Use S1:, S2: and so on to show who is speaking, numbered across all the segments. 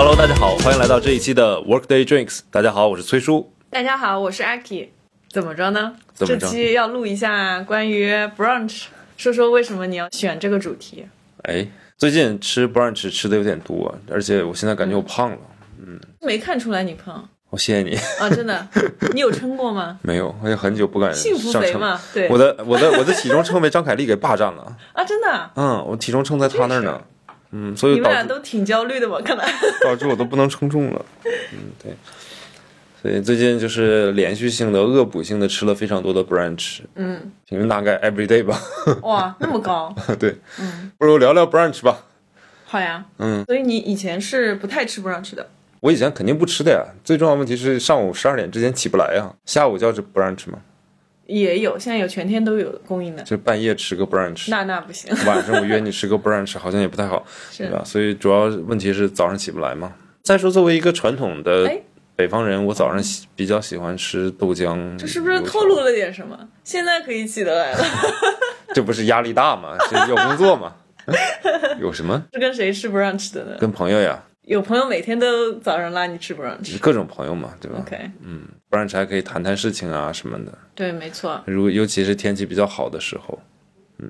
S1: 欢迎来到这一期的 Workday Drinks。大家好，我是崔叔。
S2: 大家好，我是 Aki。怎么着呢？
S1: 怎么着
S2: 这期要录一下关于 brunch，说说为什么你要选这个主题。
S1: 哎，最近吃 brunch 吃的有点多，而且我现在感觉我胖了。
S2: 没看出来你 胖啊、
S1: 我谢谢你，
S2: 真的，你有称过吗？
S1: 没有，我也很久不敢
S2: 幸福
S1: 呃上
S2: 肥
S1: 称。
S2: 嘛，对
S1: 我的我的我的体重秤被张凯丽给霸占 了。
S2: 啊，真的啊，
S1: 嗯，我体重秤在她那儿呢。嗯，所
S2: 你
S1: 以
S2: 们
S1: 导
S2: 俩
S1: 致
S2: 都挺焦虑的嘛，看 来。
S1: 导致我都不能称重 了。嗯，对。所以最近就是连续性的、恶补性的吃了非常多的 brunch，
S2: 嗯，
S1: 平均大概 every day 吧。
S2: 哇，那么高，
S1: 对，
S2: 嗯
S1: 不如聊聊 brunch 吧。
S2: 好呀。
S1: 嗯，
S2: 所以你以前是不太吃 brunch 的。
S1: 我以前肯定不吃的呀，最重要的问题是上午十二点之前起不来呀，下午叫这 brunch 嘛，
S2: 也有，现在有全天都有供应的，
S1: 就半夜吃个 brunch，
S2: 那那 不行，
S1: 晚上我约你吃个 brunch 好像也不太好，对
S2: 是
S1: 吧？所以主要问题是早上起不来嘛。再说作为一个传统的
S2: 哎
S1: 北方人，我早上喜比较喜欢吃豆浆，
S2: 这是不是
S1: 油条
S2: 透露了点什么？现在可以起得来了，
S1: 这不是压力大 吗？这要工作吗？ 有什么？
S2: 是跟谁吃 brunch 的呢？
S1: 跟朋友呀，
S2: 有朋友每天都早上拉你吃 brunch。
S1: 各种朋友嘛，对吧
S2: OK，
S1: ？brunch 还可以谈谈事情啊什么的。
S2: 对，没错，
S1: 如尤其是天气比较好的时候，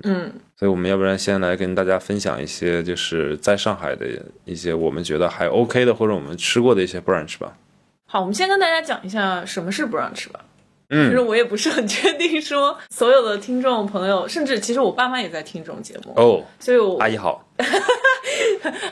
S2: 嗯，
S1: 所以我们要不然先来跟大家分享一些，就是在上海的一些我们觉得还 OK 的，或者我们吃过的一些 brunch 吧。
S2: 好，我们先跟大家讲一下什么是 brunch 吧。
S1: 嗯
S2: 就是我也不是很确定说所有的听众朋友，甚至其实我爸妈也在听这种节目，
S1: 哦，
S2: 所以我
S1: 阿姨好，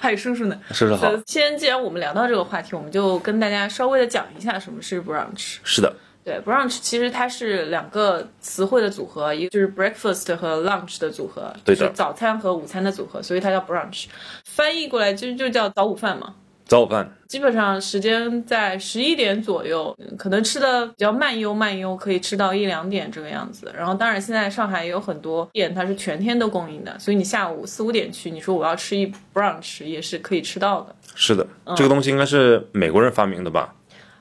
S2: 还有叔叔呢。
S1: 叔叔好，
S2: 呃先既然我们聊到这个话题，我们就跟大家稍微的讲一下什么是 brunch。
S1: 是的，
S2: 对，brunch 其实它是两个词汇的组合，一个就是 breakfast 和 lunch 的组合，
S1: 对的
S2: 就是早餐和午餐的组合，所以它叫 brunch。翻译过来其实就叫早午饭嘛。
S1: 早午饭，
S2: 基本上时间在十一点左右，嗯可能吃的比较慢悠慢悠，可以吃到一两点这个样子。然后当然现在上海也有很多店它是全天都供应的，所以你下午四五点去，你说我要吃一 brunch 也是可以吃到的。
S1: 是的，这个东西应该是美国人发明的吧？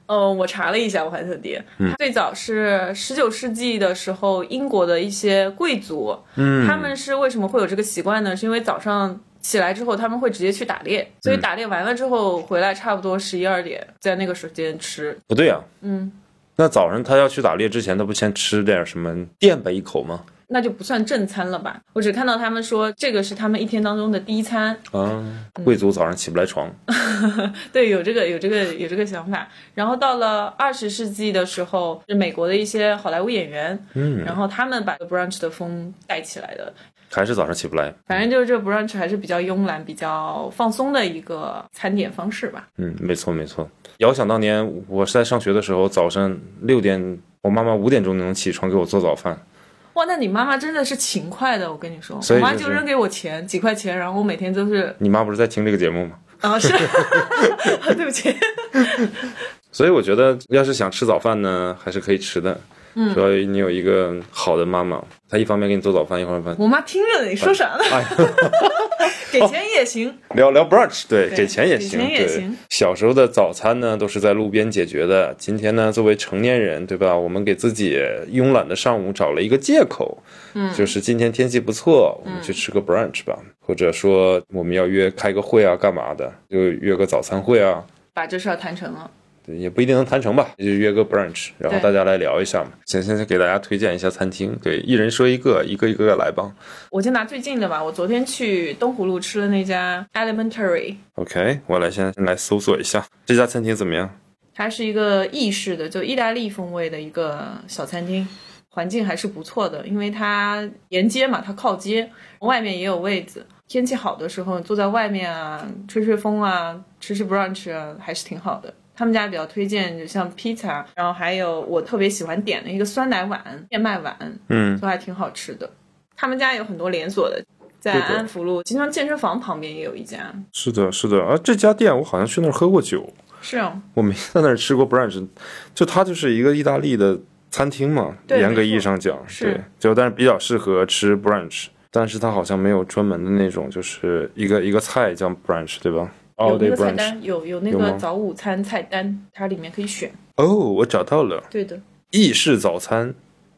S2: 嗯，我查了一下，我还特地，最早是十九世纪的时候，英国的一些贵族，嗯，他们是为什么会有这个习惯呢？是因为早上起来之后，他们会直接去打猎，所以打猎完了之后回来，差不多十一二点，在那个时间吃。
S1: 不对呀、嗯，那早上他要去打猎之前，他不先吃点什么垫吧一口吗？
S2: 那就不算正餐了吧？我只看到他们说这个是他们一天当中的第一餐，
S1: 啊，贵族早上起不来床，
S2: 对，有这个有这个有这个想法。然后到了二十世纪的时候，是美国的一些好莱坞演员，嗯，然后他们把 brunch 的风带起来的，
S1: 还是早上起不来。
S2: 反正就是这 brunch 还是比较慵懒、比较放松的一个餐点方式吧。
S1: 嗯，没错没错。遥想当年，我是在上学的时候，早上六点，我妈妈五点钟就能起床给我做早饭。
S2: 哇，那你妈妈真的是勤快的，我跟你说，
S1: 所以
S2: 我妈
S1: 就是
S2: 就扔给我钱，几块钱，然后我每天都是
S1: 你妈不是在听这个节目吗？
S2: 啊，是， 对不起，
S1: 所以我觉得，要是想吃早饭呢，还是可以吃的。嗯，主要你有一个好的妈妈，她一方面给你做早饭，一方面
S2: 我妈听着你说啥呢？
S1: 哎呀，
S2: 给钱也行，
S1: 聊聊 brunch，对，
S2: 对
S1: 给钱也
S2: 给
S1: 行，
S2: 钱也
S1: 对
S2: 行
S1: 小时候的早餐呢，都是在路边解决的。今天呢，作为成年人，对吧？我们给自己慵懒的上午找了一个借口，嗯，就是今天天气不错，我们去吃个
S2: 嗯
S1: brunch 吧，或者说我们要约开个会啊，干嘛的，就约个早餐会啊，
S2: 把这事儿谈成了。
S1: 对也不一定能谈成吧，就约个 brunch，然后
S2: 对
S1: 大家来聊一下嘛。
S2: 嗯
S1: 先先给大家推荐一下餐厅，对，一人说一个，一个一个来吧。
S2: 我就拿最近的吧，我昨天去东湖路吃了那家 Elementary，
S1: OK，我来先来搜索一下这家餐厅怎么样。
S2: 它是一个意式的，就意大利风味的一个小餐厅，环境还是不错的，因为它沿街嘛，它靠街，外面也有位子。天气好的时候，坐在外面啊，吹吹风啊，吃吃 brunch 啊，还是挺好的。他们家比较推荐，就像披萨，然后还有我特别喜欢点的一个酸奶碗、燕麦碗，
S1: 嗯，
S2: 都还挺好吃的。他们家有很多连锁的，在
S1: 对的
S2: 安福路金川健身房旁边也有一家。
S1: 是的，是的啊，这家店我好像去那儿喝过酒，
S2: 是啊，
S1: 我没在那儿吃过 brunch，就它就是一个意大利的餐厅嘛，
S2: 对
S1: 严格
S2: 没
S1: 意
S2: 错
S1: 义上讲，
S2: 是
S1: 对，就但是比较适合吃 brunch，但是它好像没有专门的那种，就是一个一个菜叫 brunch，对吧？All
S2: 有那
S1: day
S2: 个菜
S1: brunch。
S2: 单，有有那
S1: 有吗
S2: 个早午餐菜单，它里面可以选。
S1: 哦，我找到了，
S2: 对的，
S1: 意式早餐。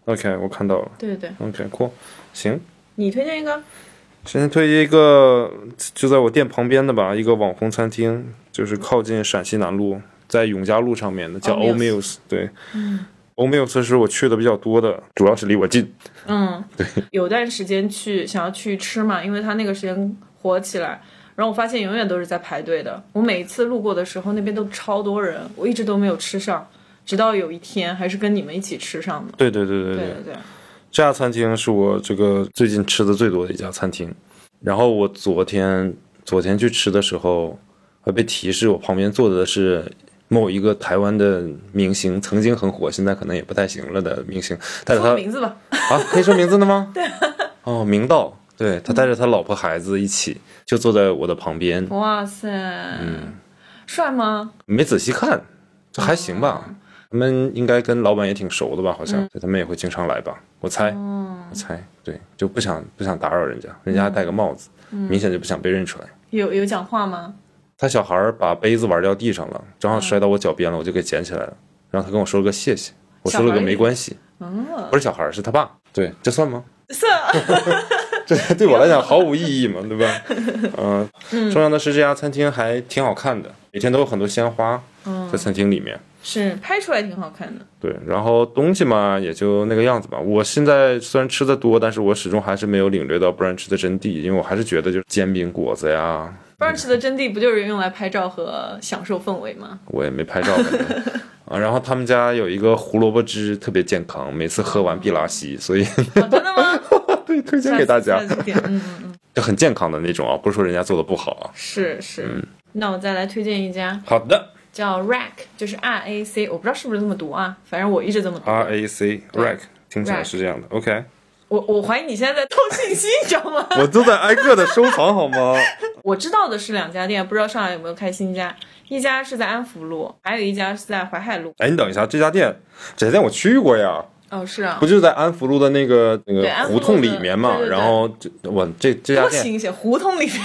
S1: OK，我看到了。
S2: 对对对。
S1: OK，cool，、行。
S2: 你推荐一个？
S1: 先推荐一个就在我店旁边的吧，一个网红餐厅，就是靠近陕西南路，在永嘉路上面的叫
S2: Omeos
S1: O Muse，对，o m u s 是我去的比较多的，主要是离我近，
S2: 嗯，有段时间去想要去吃嘛，因为它那个时间火起来，然后我发现永远都是在排队的。我每一次路过的时候，那边都超多人，我一直都没有吃上，直到有一天还是跟你们一起吃上的。
S1: 对对对对对
S2: 对对对，
S1: 这家餐厅是我这个最近吃的最多的一家餐厅。然后我昨天昨天去吃的时候，还被提示我旁边坐的是某一个台湾的明星，曾经很火，现在可能也不太行了的明星，带着
S2: 说
S1: 他
S2: 名字吧，
S1: 啊，可以说名字的 吗？对，
S2: 啊
S1: 哦，明道，对他带着他老婆孩子一起就坐在我的旁边，
S2: 哇塞，
S1: 嗯
S2: 帅吗？
S1: 没仔细看，就还行吧。
S2: 哦
S1: 他们应该跟老板也挺熟的吧？好
S2: 嗯
S1: 像，所以他们也会经常来吧？我猜，
S2: 哦
S1: 我猜，对，就不想不想打扰人家，人
S2: 嗯
S1: 家还戴个帽子，明显就不想被认出来。
S2: 有有讲话吗？
S1: 他小孩儿把杯子玩掉地上了，正
S2: 嗯
S1: 好摔到我脚边了，我就给捡起来了。然后他跟我说了个谢谢，我说了
S2: 小孩
S1: 个
S2: 儿也
S1: 没关系，
S2: 嗯，
S1: 不是小孩儿，是他爸。对，这算吗？
S2: 算
S1: 这对我来讲毫无意义嘛，对 吧？嗯、重要的是这家餐厅还挺好看的，每天都有很多鲜花
S2: 嗯
S1: 在餐厅里面。
S2: 是拍出来挺好看的。
S1: 对，然后东西嘛，也就那个样子吧。我现在虽然吃的多，但是我始终还是没有领略到 brunch 的真谛，因为我还是觉得就是煎饼果子呀，
S2: brunch 的真谛不就是用来拍照和享受氛围 吗？
S1: 我也没拍照感觉 啊。然后他们家有一个胡萝卜汁，特别健康，每次喝完必拉稀，所以
S2: 啊真的吗？
S1: 对推荐给大家
S2: 下，次下次点嗯嗯嗯，
S1: 就很健康的那种啊，不是说人家做的不好啊。
S2: 是是。那我再来推荐一家
S1: 好的
S2: 叫 Rack，就是 R A C，我不知道是不是这么读啊，反正我一直这么读。
S1: ，R A C rack 听起来
S2: Rack
S1: 是这样的，OK，
S2: 我我怀疑你现在在偷信息，你知道吗？
S1: 我都在挨个的收藏好吗？
S2: 我知道的是两家店，不知道上海有没有开新家，一家是在安福路，还有一家是在淮海路。
S1: 哎，你等一下，这家店，这家店我去过呀。
S2: 哦，是啊
S1: 不，就是在安福路的那个那
S2: 对
S1: 个
S2: 安福路
S1: 胡
S2: 的
S1: 同里面嘛？
S2: 对对对
S1: 然后这我这这家
S2: 多
S1: 店
S2: 新鲜，胡同里面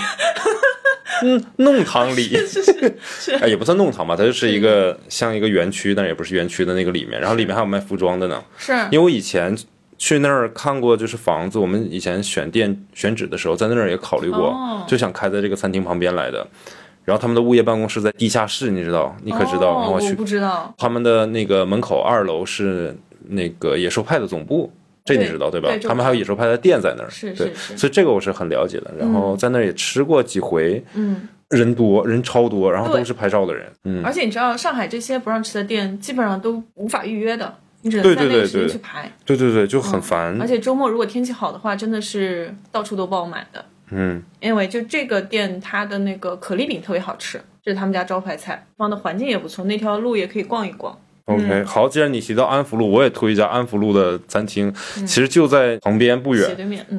S1: 弄堂里，
S2: 是是是，
S1: 哎，也不算弄堂吧，它就是一个像一个园区，但也不是园区的那个里面。然后里面还有卖服装的呢，
S2: 是
S1: 因为我以前去那儿看过，就是房子，我们以前选店选址的时候，在那儿也考虑过，
S2: 哦
S1: 就想开在这个餐厅旁边来的。然后他们的物业办公室在地下室，你知道？你可知道？然
S2: 哦
S1: 后
S2: 我
S1: 去
S2: 不知道，
S1: 他们的那个门口二楼是那个野兽派的总部，这你
S2: 对
S1: 知道对吧
S2: 对这我
S1: 他们还有野兽派的店在那儿，
S2: 是
S1: 对
S2: 是是
S1: 所以这个我是很了解的。然后在那儿也吃过几回，
S2: 嗯。
S1: 人多人超多，然后
S2: 对
S1: 都是拍照的人，嗯，
S2: 而且你知道，上海这些不让吃的店基本上都无法预约的，你只
S1: 对
S2: 能在那
S1: 对
S2: 个
S1: 对
S2: 时间
S1: 对
S2: 去排。
S1: 对对对，就很烦
S2: 哦而，且周末如果天气好的话，真的是到处都爆满的。
S1: 嗯，
S2: 因为就这个店，它的那个可丽饼特别好吃，这是他们家招牌菜，放的环境也不错，那条路也可以逛一逛。
S1: OK，好，既然你提到安福路，我也推一家安福路的餐厅，其实就在旁边不
S2: 斜
S1: 远，
S2: 对面，嗯，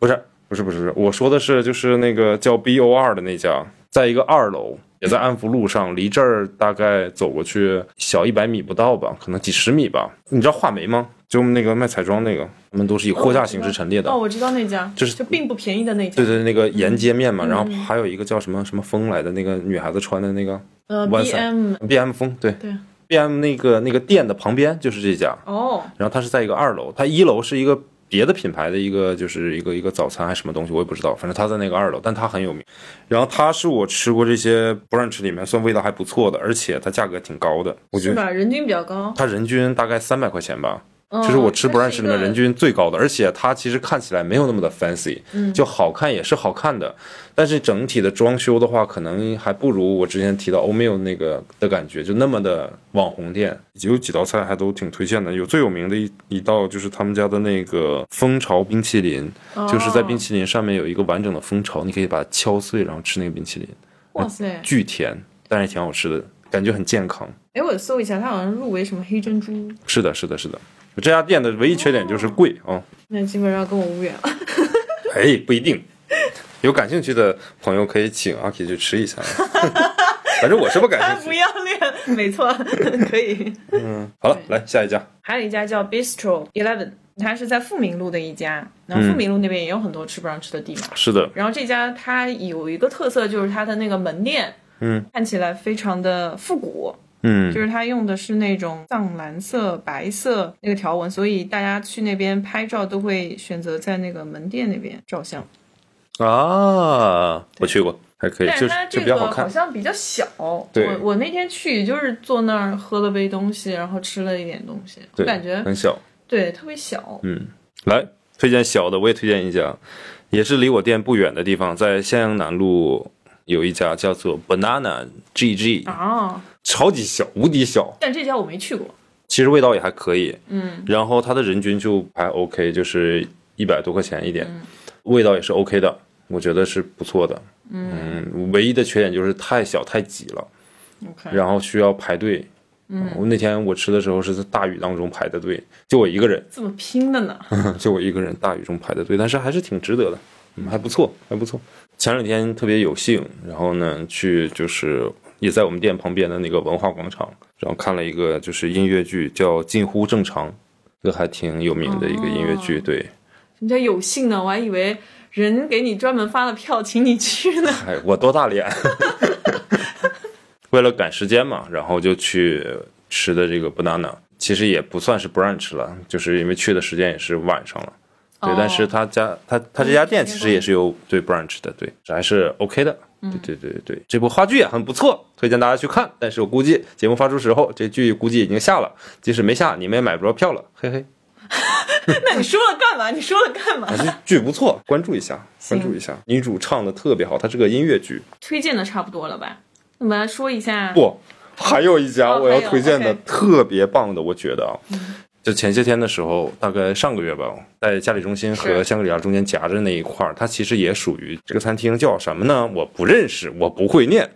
S1: 不是不是不是不是，我说的是就是那个叫 B O R 的那家，在一个二楼，也在安福路上，离这儿大概走过去小一百米不到吧，可能几十米吧。你知道画眉吗？就那个卖彩妆那个，他们都是以货架形式陈列的。
S2: 哦，我知道那家，
S1: 就是
S2: 就并不便宜的那家
S1: 对，对，那个沿街面嘛，然后还有一个叫什么什么风来的那个女孩子穿的那个
S2: 呃
S1: 弯塞
S2: ，BM，
S1: B M 风，对
S2: 对，
S1: B M 那个那个店的旁边就是这家，
S2: 哦，
S1: 然后它是在一个二楼，它一楼是一个别的品牌的一个就是一个一个早餐还是什么东西，我也不知道，反正它在那个二楼，但它很有名。然后它是我吃过这些 brunch 里面算味道还不错的，而且它价格挺高的，我觉
S2: 是
S1: 得
S2: 吧？人均比较高，
S1: 它人均大概三百块钱吧。
S2: 嗯
S1: 就是我吃
S2: 它是
S1: brunch
S2: 一
S1: 里面
S2: 个
S1: 人均最高的，而且它其实看起来没有那么的 fancy，就好看也是好看的，但是整体的装修的话，可能还不如我之前提到 Omeo 那个的感觉，就那么的网红店。有几道菜还都挺推荐的，有最有名的一一道就是他们家的那个蜂巢冰淇淋，就是在冰淇淋上面有一个完整的蜂巢，你可以把它敲碎，然后吃那个冰淇淋，
S2: 哇塞，
S1: 巨甜，但是挺好吃的，感觉很健康。
S2: 哎，我搜一下，它好像入围什么黑珍珠，
S1: 是的，是的，是的。这家店的唯一缺点就是贵啊。嗯
S2: 那基本上跟我无缘了。
S1: 哎，不一定。有感兴趣的朋友可以请阿 K 去吃一下， 反正我是不感兴
S2: 不
S1: 趣。
S2: 要 脸，没错，可以。
S1: 好了，来下一家。
S2: 还有一家叫 Bistro Eleven，它是在富民路的一家，然
S1: 嗯
S2: 后富民路那边也有很多吃不上吃的地嘛。
S1: 是的，
S2: 然后这家它有一个特色，就是它的那个门店，
S1: 嗯，
S2: 看起来非常的复古，
S1: 嗯，
S2: 就是它用的是那种藏蓝色、白色那个条纹，所以大家去那边拍照都会选择在那个门店那边照相。
S1: 嗯啊，我去过，还可以，
S2: 但
S1: 就是
S2: 它
S1: 就
S2: 这
S1: 比较
S2: 个
S1: 好
S2: 好
S1: 看。
S2: 像比较小，
S1: 对
S2: 我我那天去就是坐那儿喝了杯东西，然后吃了一点东西，我
S1: 对，
S2: 感觉
S1: 很小。
S2: 对特别小，
S1: 嗯，来推荐小的，我也推荐一家，也是离我店不远的地方，在襄阳南路有一家叫做 Banana GG，
S2: 啊，
S1: 超级小，无敌小，
S2: 但这家我没去过，
S1: 其实味道也还可以。
S2: 嗯，
S1: 然后它的人均就还 OK，就是一百多块钱一点，味道也是 OK 的，我觉得是不错的。嗯唯一的缺点就是太小太挤了，
S2: OK
S1: 然后需要排队。嗯，我那天我吃的时候是在大雨当中排的队，就我一个人，
S2: 这么拼的呢，
S1: 就我一个人大雨中排的队，但是还是挺值得的，嗯，还不错，还不错。前两天特别有幸，然后呢去就是也在我们店旁边的那个文化广场，然后看了一个就是音乐剧叫《近乎正常》，这个还挺有名的一个音乐剧，对。
S2: 人家有幸呢，我还以为人给你专门发了票请你去呢，
S1: 哎，我多大 脸！为了赶时间嘛，然后就去吃的这个 banana，其实也不算是 brunch 了，就是因为去的时间也是晚上了。对，
S2: 哦嗯
S1: 但是他家他他这家店其实也是有对 brunch 的，对，这还是 OK 的。
S2: 嗯
S1: 对对对对对，这部话剧也很不错，推荐大家去看。但是我估计节目发出时候，这剧估计已经下了，即使没下，你们也买不着票了，嘿嘿。
S2: 那你说了干嘛？你说了干嘛？
S1: 这剧不错，关注一下，关
S2: 行
S1: 注一下。女主唱的特别好，她是个音乐剧。
S2: 推荐的差不多了吧？那我们来说一下，
S1: 不，还有一家
S2: 哦
S1: 我要
S2: 还有
S1: 推荐的
S2: OK 嗯
S1: 特别棒的，我觉得啊，就前些天的时候，大概上个月吧，在嘉里中心和
S2: 是
S1: 香格里拉中间夹着那一块儿，它其实也属于这个餐厅叫什么呢？我不认识，我不会念，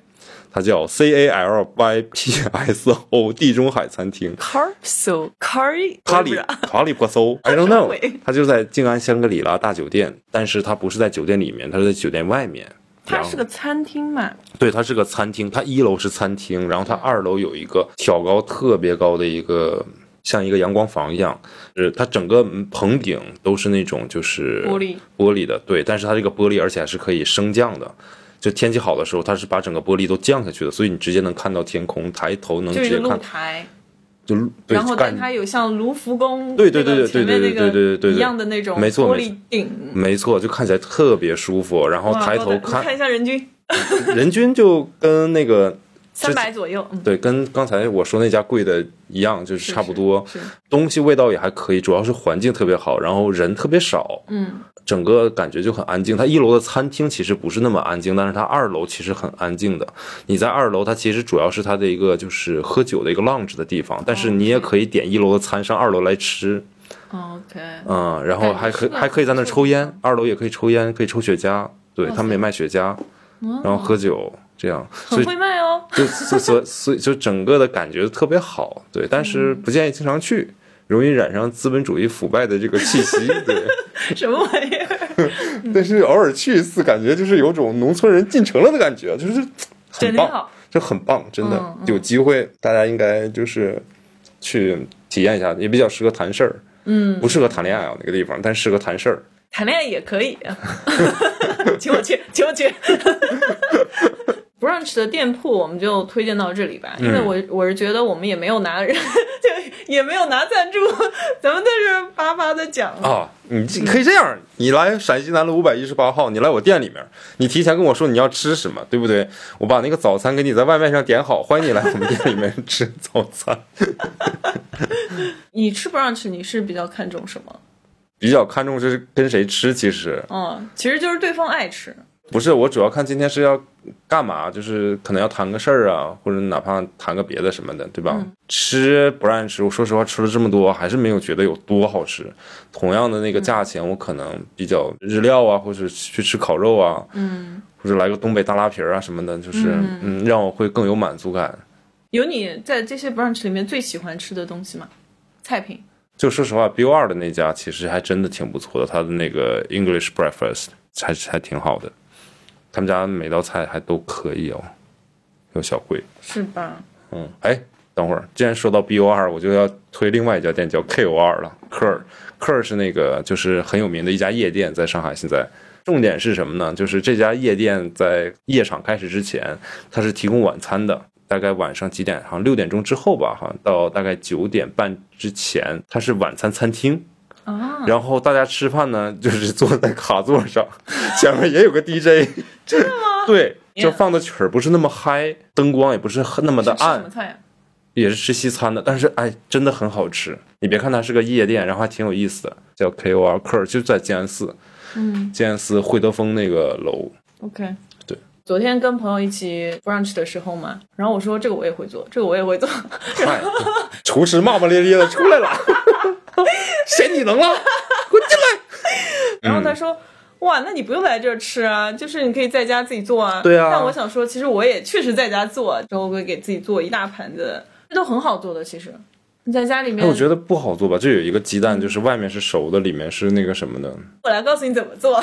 S1: 它叫 C A L Y P S O 地中海餐厅。
S2: Carso Car
S1: 卡里卡里波 搜，I don't know，
S2: 对
S1: 它就在静安香格里拉大酒店，但是它不是在酒店里面，它是在酒店外面。
S2: 它
S1: 然后
S2: 是个餐厅嘛，
S1: 对，它是个餐厅，它一楼是餐厅，然后它二楼有一个挑高特别高的一个。像一个阳光房一样，呃，它整个棚顶都是那种就是
S2: 玻璃
S1: 玻璃的，对，但是它这个玻璃而且还是可以升降的，就天气好的时候，它是把整个玻璃都降下去的，所以你直接能看到天空，抬头能
S2: 就
S1: 直
S2: 是一个
S1: 接
S2: 露
S1: 看，
S2: 台，
S1: 就对
S2: 然后
S1: 干
S2: 但它有像卢浮宫
S1: 对对
S2: 那个
S1: 对对
S2: 前面
S1: 对
S2: 那个
S1: 对对对对对
S2: 一样的那种
S1: 没错
S2: 玻
S1: 没
S2: 璃顶，
S1: 没错，就看起来特别舒服，然后
S2: 哇
S1: 抬
S2: 高
S1: 头
S2: 的我看一下人均
S1: 人均就跟那个
S2: 三百左右，嗯，
S1: 对，跟刚才我说那家贵的一样，就是
S2: 是
S1: 差不多。
S2: 是是
S1: 东西味道也还可以，主要是环境特别好，然后人特别少，
S2: 嗯，
S1: 整个感觉就很安静。它一楼的餐厅其实不是那么安静，但是它二楼其实很安静的。你在二楼，它其实主要是它的一个就是喝酒的一个 lounge 的地方，但是你也可以点一楼的餐上二楼来吃，
S2: 哦 OK，
S1: 嗯，然后还可
S2: 感觉是
S1: 还可以在那儿
S2: 不错
S1: 抽烟，二楼也可以抽烟，可以抽雪茄，对他们也卖雪茄，然后喝酒这样，所
S2: 很
S1: 以
S2: 会卖哦，
S1: 就所所所以就整个的感觉特别好，对，但是
S2: 嗯
S1: 不建议经常去，容易染上资本主义腐败的这个气息， 对。
S2: 什么玩意儿？
S1: 但是偶尔去一次，感觉就是有种农村人进城了的感觉，就是很
S2: 真
S1: 棒
S2: 好，
S1: 这很棒，真的
S2: 嗯嗯
S1: 有机会大家应该就是去体验一下，也比较适合谈事儿，
S2: 嗯，
S1: 不适合谈恋爱啊那个地方，但适合谈事儿。
S2: 谈恋爱也可以， 请我去， 请我去。brunch 的店铺我们就推荐到这里吧，
S1: 嗯
S2: 因为我我是觉得我们也没有拿人， 就也没有拿赞助， 咱们在这巴巴的讲。
S1: 啊，你这可以这样，你来陕西南路五百一十八号，你来我店里面，你提前跟我说你要吃什么，对不对？我把那个早餐给你在外卖上点好，欢迎你来我们店里面 吃早餐。
S2: 你吃 brunch 你是比较看重什么？
S1: 比较看重是跟谁吃，其实
S2: 嗯，其实就是对方爱吃。
S1: 不是我主要看今天是要干嘛，就是可能要谈个事儿啊，或者哪怕谈个别的什么的，对吧？吃不让吃，我说实话吃了这么多，还是没有觉得有多好吃。同样的那个价钱，我可能比较日料啊，或者去吃烤肉啊，
S2: 嗯，
S1: 或者来个东北大拉皮儿啊什么的，就是嗯让我会更有满足感。
S2: 有你在这些 brunch 里面最喜欢吃的东西吗？菜品。
S1: 就说实话，B 二的那家其实还真的挺不错的，他的那个 English breakfast 还还挺好的，他们家每道菜还都可以哦，有小贵。
S2: 是吧？
S1: 嗯，哎，等会儿，既然说到 B O 二，我就要推另外一家店叫 K O 二了。科尔，科尔是那个就是很有名的一家夜店，在上海现在。重点是什么呢？就是这家夜店在夜场开始之前，它是提供晚餐的。大概晚上几点？好像六点钟之后吧，好像到大概九点半之前，它是晚餐餐厅。
S2: 啊，
S1: 然后大家吃饭呢，就是坐在卡座上，前面也有个 DJ，
S2: 真的吗？
S1: 对，就放的曲儿不是那么嗨，灯光也不是很那么的
S2: 是吃什
S1: 暗
S2: 么，菜啊呀？
S1: 也是吃西餐的，但是哎，真的很好吃。你别看它是个夜店，然后还挺有意思的，叫 KOL Cur，就在静安寺，
S2: 嗯
S1: 静安寺惠德峰那个楼。
S2: ，OK。
S1: 对，
S2: 昨天跟朋友一起 brunch 的时候嘛，然后我说这个我也会做，这个我也会做，
S1: 嗨， 厨师骂骂咧咧的出来了， 谁你能了？啊给我进来！
S2: 然后他说。哇，那你不用来这儿吃啊，就是你可以在家自己做啊。
S1: 对啊
S2: 但我想说，其实我也确实在家做，之后会给自己做一大盘子，这都很好做的。其实你在家里面，
S1: 哎，我觉得不好做吧，这有一个鸡蛋，就是外面是熟的，里面是那个什么的，
S2: 我来告诉你怎么做。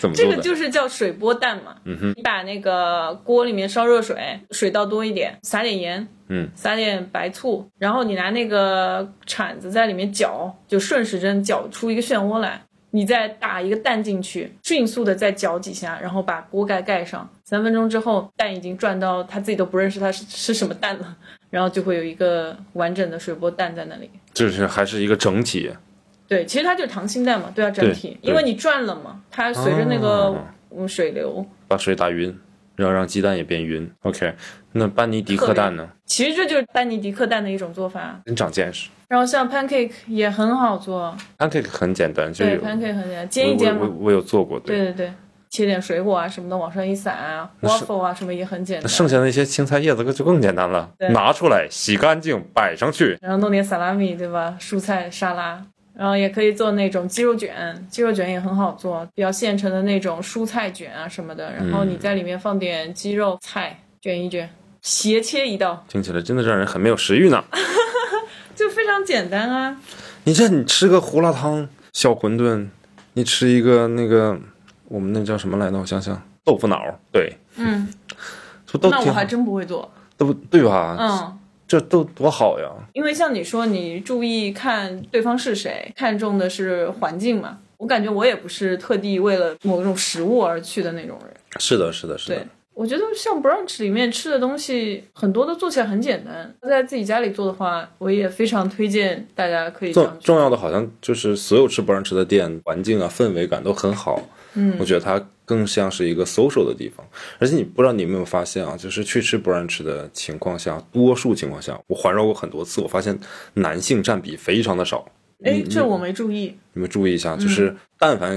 S1: 怎么
S2: 这
S1: 做
S2: 个
S1: 的？嗯
S2: 就是叫水波蛋嘛。你把那个锅里面烧热水，水倒多一点，撒点盐，
S1: 嗯，
S2: 撒点白醋，然后你拿那个铲子在里面搅，就顺时针搅出一个漩涡来。你再打一个蛋进去，迅速的再搅几下，然后把锅盖盖上。三分钟之后，蛋已经转到他自己都不认识它是是什么蛋了，然后就会有一个完整的水波蛋在那里。
S1: 就是还是一个整体，
S2: 对，其实它就是溏心蛋嘛，对啊，整
S1: 对
S2: 体，
S1: 对
S2: 因为你转了嘛，它随着那个
S1: 哦
S2: 嗯水流，
S1: 把水打匀，然后让鸡蛋也变匀。OK，那班尼迪克蛋呢？
S2: 其实这就是班尼迪克蛋的一种做法。
S1: 真长见识。
S2: 然后像 pancake 也很好做，
S1: pancake 很简单，就
S2: 对
S1: 有
S2: pancake 很简单，煎
S1: 我
S2: 一煎
S1: 我我
S2: 嘛。
S1: 我有做过，
S2: 对对对，切点水果啊什么的往上一撒啊
S1: 是
S2: ，waffle 啊什么也很简
S1: 那
S2: 单。
S1: 剩下那些青菜叶子就更简单了
S2: 对，
S1: 拿出来洗干净摆上去。
S2: 然后弄点萨拉米，对吧？蔬菜沙拉，然后也可以做那种鸡肉卷，鸡肉卷也很好做，比较现成的那种蔬菜卷啊什么的。然后你在里面放点鸡肉菜卷一卷，斜切一道，
S1: 听起来真的让人很没有食 欲呢。
S2: 就非常简单啊。
S1: 你这你吃个胡辣汤、小馄饨，你吃一个那个我们那叫什么来着？我想想，豆腐脑，对，
S2: 嗯，
S1: 这不都
S2: 那
S1: 挺
S2: 我
S1: 好
S2: 还，真不会做。
S1: 都对吧？
S2: 嗯。
S1: 这都多好呀！
S2: 因为像你说，你注意看对方是谁，看重的是环境嘛。我感觉我也不是特地为了某种食物而去的那种人。
S1: 是的，是的，是
S2: 对，我觉得像 brunch 里面吃的东西，很多都做起来很简单。在自己家里做的话，我也非常推荐大家可以这样
S1: 重
S2: 做。
S1: 重要的好像就是所有吃不让吃的店，环境啊、氛围感都很好。嗯，我觉得它更像是一个 social 的地方。而且你不知道你有没有发现啊，就是去吃不让吃的情况下，多数情况下，我环绕过很多次，我发现男性占比非常的少。
S2: 哎，这我没注意。
S1: 你们注意一下，就是
S2: 嗯
S1: 但凡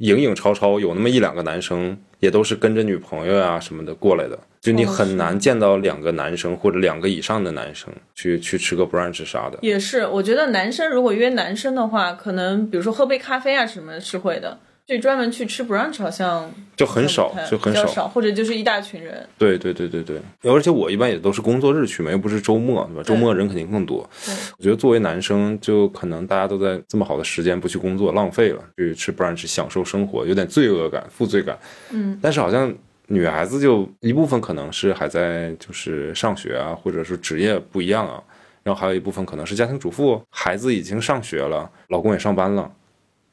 S1: 影影绰绰有那么一两个男生，也都是跟着女朋友啊什么的过来的，就你
S2: 哦是
S1: 很难见到两个男生或者两个以上的男生去去吃个 brunch 啥的。
S2: 也哦是，我觉得男生如果约男生的话，可能比如说喝杯咖啡啊什么的是会的。就专门去吃 brunch 好像
S1: 就很少
S2: 不太，
S1: 就很
S2: 比较少，或者就是一大群人。
S1: 对对对对对，而且我一般也都是工作日去嘛，又不是周末，对吧？周末人肯定更多。
S2: 对
S1: 我觉得作为男生，就可能大家都在这么好的时间不去工作，浪费了，去吃 brunch 享受生活，有点罪恶感、负罪感。
S2: 嗯，
S1: 但是好像女孩子就一部分可能是还在就是上学啊，或者是职业不一样啊，然后还有一部分可能是家庭主妇，孩子已经上学了，老公也上班了。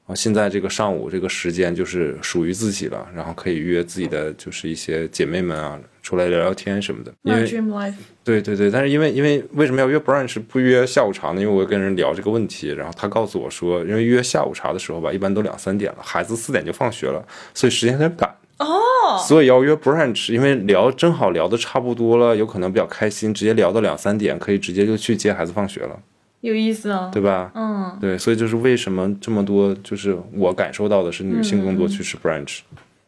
S1: 啊，现在这个上午这个时间就是属于自己了，然后可以约自己的就是一些姐妹们啊出来聊聊天什么的。因
S2: My
S1: 为
S2: dream life。
S1: 对对对，但是因为因为为什么要约 brunch 不约下午茶呢？因为我跟人聊这个问题，然后他告诉我说，因为约下午茶的时候吧，一般都两三点了，孩子四点就放学了，所以时间有点赶。哦，所以要约 brunch，因为聊正好聊的差不多了，有可能比较开心，直接聊到两三点，可以直接就去接孩子放学了，
S2: 有意思啊。
S1: 对吧？
S2: 嗯，
S1: 对，所以就是为什么这么多，就是我感受到的是女性
S2: 嗯
S1: 更多去吃 brunch，、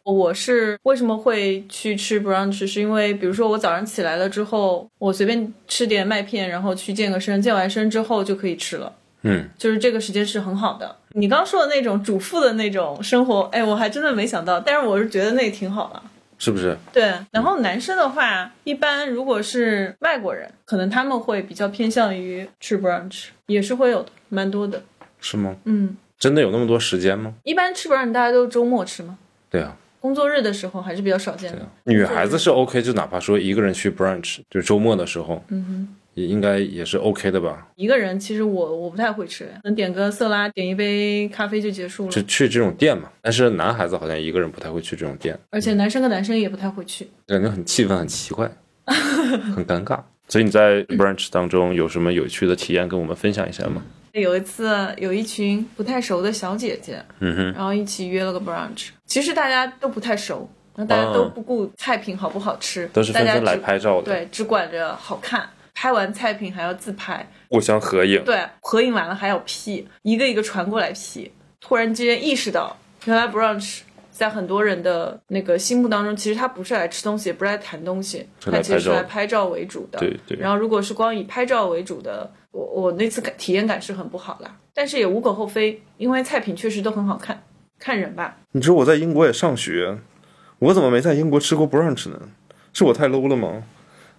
S2: 我是为什么会去吃 brunch，是因为比如说我早上起来了之后，我随便吃点麦片，然后去健个身，健完身之后就可以吃了。
S1: 嗯，
S2: 就是这个时间是很好的。你刚说的那种主妇的那种生活，哎，我还真的没想到，但是我是觉得那也挺好的。
S1: 是不是？
S2: 对，然后男生的话，一般如果是外国人，可能他们会比较偏向于吃 brunch，也是会有的，蛮多的。
S1: 是吗？
S2: 嗯，
S1: 真的有那么多时间吗？
S2: 一般吃 brunch 大家都是周末吃嘛，
S1: 对啊，
S2: 工作日的时候还是比较少见的。
S1: 女孩子是 OK，就哪怕说一个人去 brunch，就周末的时候，嗯哼，也应该也是 OK 的吧？
S2: 一个人其实我我不太会吃，能点个色拉，点一杯咖啡就结束了
S1: 就。去这种店嘛。但是男孩子好像一个人不太会去这种店，
S2: 而且男生跟男生也不太会去。
S1: 感觉很气氛很奇 怪，很尴尬。所以你在 brunch 当中有什么有趣的体验跟我们分享一下吗？
S2: 有一次有一群不太熟的小姐姐，
S1: 嗯哼，
S2: 然后一起约了个 brunch，其实大家都不太熟，然后大家都不顾菜品好不好吃，
S1: 哦都是纷纷
S2: 大
S1: 来
S2: 家只
S1: 拍照的。，
S2: 对，只管着好看。拍完菜品还要自拍，
S1: 互相合影。
S2: 对，合影完了还要 P，一个一个传过来 P。突然之间意识到，原来 brunch 在很多人的那个心目当中，其实它不是来吃东西，也不是来谈东西，
S1: 是
S2: 它
S1: 来
S2: 其实
S1: 拍
S2: 是
S1: 照
S2: 来拍照为主的。
S1: 对对
S2: 然后如果是光以拍照为主的，我我那次感体验感是很不好啦，但是也无可厚非，因为菜品确实都很好看，看人吧。
S1: 你知道我在英国也上学，我怎么没在英国吃过 brunch 呢？是我太 low 了吗？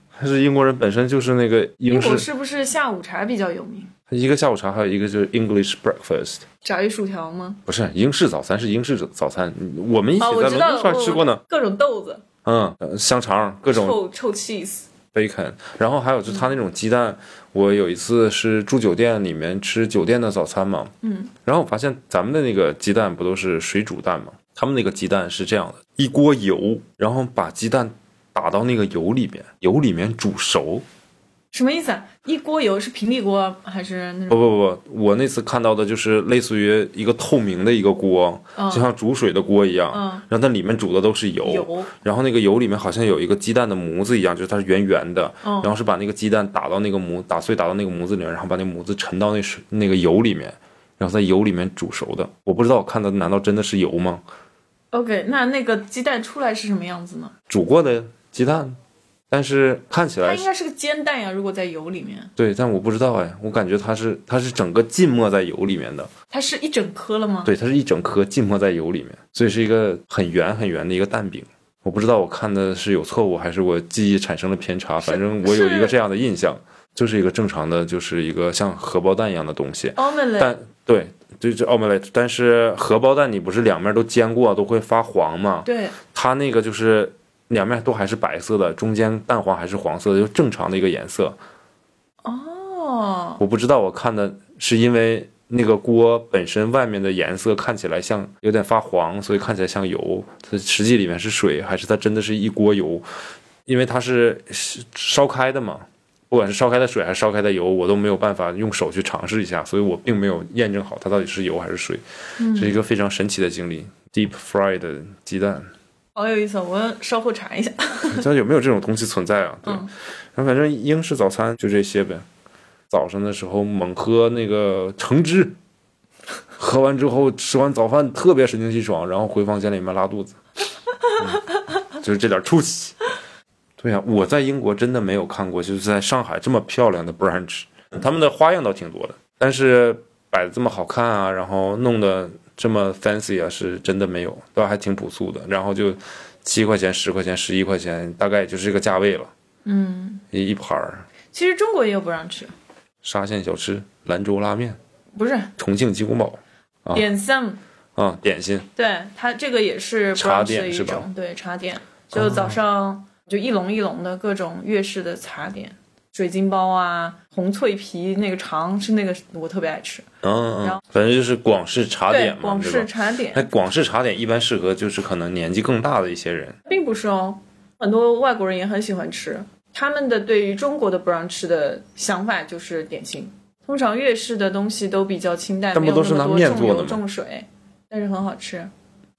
S1: 还是英国人本身就是那个英
S2: 英国
S1: 式
S2: 是不是下午茶比较有名？
S1: 一个下午茶，还有一个就是 English breakfast，
S2: 炸鱼薯条吗？
S1: 不是英式早餐，是英式早餐。我们一起
S2: 哦，我
S1: 在
S2: 知
S1: 伦
S2: 道了
S1: 敦上，吃过呢
S2: 我，哦各种豆子，
S1: 嗯，呃香肠各种
S2: 臭臭 cheese，
S1: bacon，然后还有就是他那种鸡蛋，我有一次是住酒店里面吃酒店的早餐嘛，
S2: 嗯，
S1: 然后我发现咱们的那个鸡蛋不都是水煮蛋嘛，他们那个鸡蛋是这样的，一锅油，然后把鸡蛋打到那个油里面，油里面煮熟。
S2: 什么意思啊？一锅油是平底锅啊还是那
S1: 不
S2: 种？
S1: 不不，我那次看到的就是类似于一个透明的一个锅，
S2: 嗯
S1: 就像煮水的锅一样，
S2: 嗯
S1: 然后它里面煮的都是油，
S2: 油
S1: 然后那个油里面好像有一个鸡蛋的模子一样，就是它是圆圆的，
S2: 嗯
S1: 然后是把那个鸡蛋打到那个模，打碎打到那个模子里面，然后把那模子沉到那水那个油里面，然后在油里面煮熟的。我不知道我看的难道真的是油吗？
S2: OK，那那个鸡蛋出来是什么样子呢？
S1: 煮过的鸡蛋，但是看起
S2: 它
S1: 来
S2: 应
S1: 是
S2: 该是个煎蛋呀，如果在油里面，
S1: 对，但我不知道哎，我感觉它是它是整个浸没在油里面的，
S2: 它是一整颗了吗？
S1: 对，它是一整颗浸没在油里面，所以是一个很圆很圆的一个蛋饼。我不知道我看的是有错误，还是我记忆产生了偏差。反正我有一个
S2: 是
S1: 这样的印象，就是一个正常的，就是一个像荷包蛋一样的东西。
S2: ，omelette
S1: 但对，对，这 omelette，但是荷包蛋你不是两面都煎过都会发黄吗？
S2: 对，
S1: 它那个就是两面都还是白色的，中间蛋黄还是黄色的，就正常的一个颜色。
S2: 哦，
S1: 我不知道我看的是因为那个锅本身外面的颜色看起来像有点发黄，所以看起来像油，它实际里面是水，还是它真的是一锅油？因为它是烧开的嘛，不管是烧开的水还是烧开的油，我都没有办法用手去尝试一下，所以我并没有验证好它到底是油还是水，是一个非常神奇的经历。Deep fried 的鸡蛋，
S2: 好有意思哦，我稍后查一下。
S1: 它有没有这种东西存在啊？对，
S2: 嗯
S1: 然后反正英式早餐就这些呗。早上的时候猛喝那个橙汁，喝完之后吃完早饭特别神清气爽，然后回房间里面拉肚子，嗯、就是这点出息。对呀、我在英国真的没有看过，就是在上海这么漂亮的 brunch，他们的花样倒挺多的，但是摆的这么好看啊，然后弄得这么 fancy 啊，是真的没有，倒还挺朴素的。然后就七块钱、十块钱、十一块钱，大概也就是这个价位了。
S2: 嗯，
S1: 一一盘儿
S2: 其实中国也有不让吃，
S1: 沙县小吃、兰州拉面、
S2: 不是
S1: 重庆鸡公煲啊
S2: 点心，
S1: 啊，点心
S2: 对它这个也是
S1: 茶
S2: brunch 的
S1: 点
S2: 一
S1: 是吧哦
S2: 种，对茶点，就早上就一笼一笼的各种粤式的茶点，水晶包啊，红脆皮那个肠是那个我特别爱吃，
S1: 嗯嗯
S2: 然后，
S1: 反正就是广式茶
S2: 对
S1: 点，嘛，
S2: 广
S1: 对
S2: 式
S1: 吧？
S2: 茶点
S1: 那。广式茶点一般适合就是可能年纪更大的一些人，
S2: 并不是哦，很多外国人也很喜欢吃。他们的对于中国的 brunch 的想法就是点心，通常粤式的东西都比较清淡，
S1: 但
S2: 没
S1: 不
S2: 有
S1: 都是
S2: 那
S1: 拿
S2: 么多
S1: 面
S2: 重
S1: 做的
S2: 油
S1: 吗
S2: 重水，但是很好吃。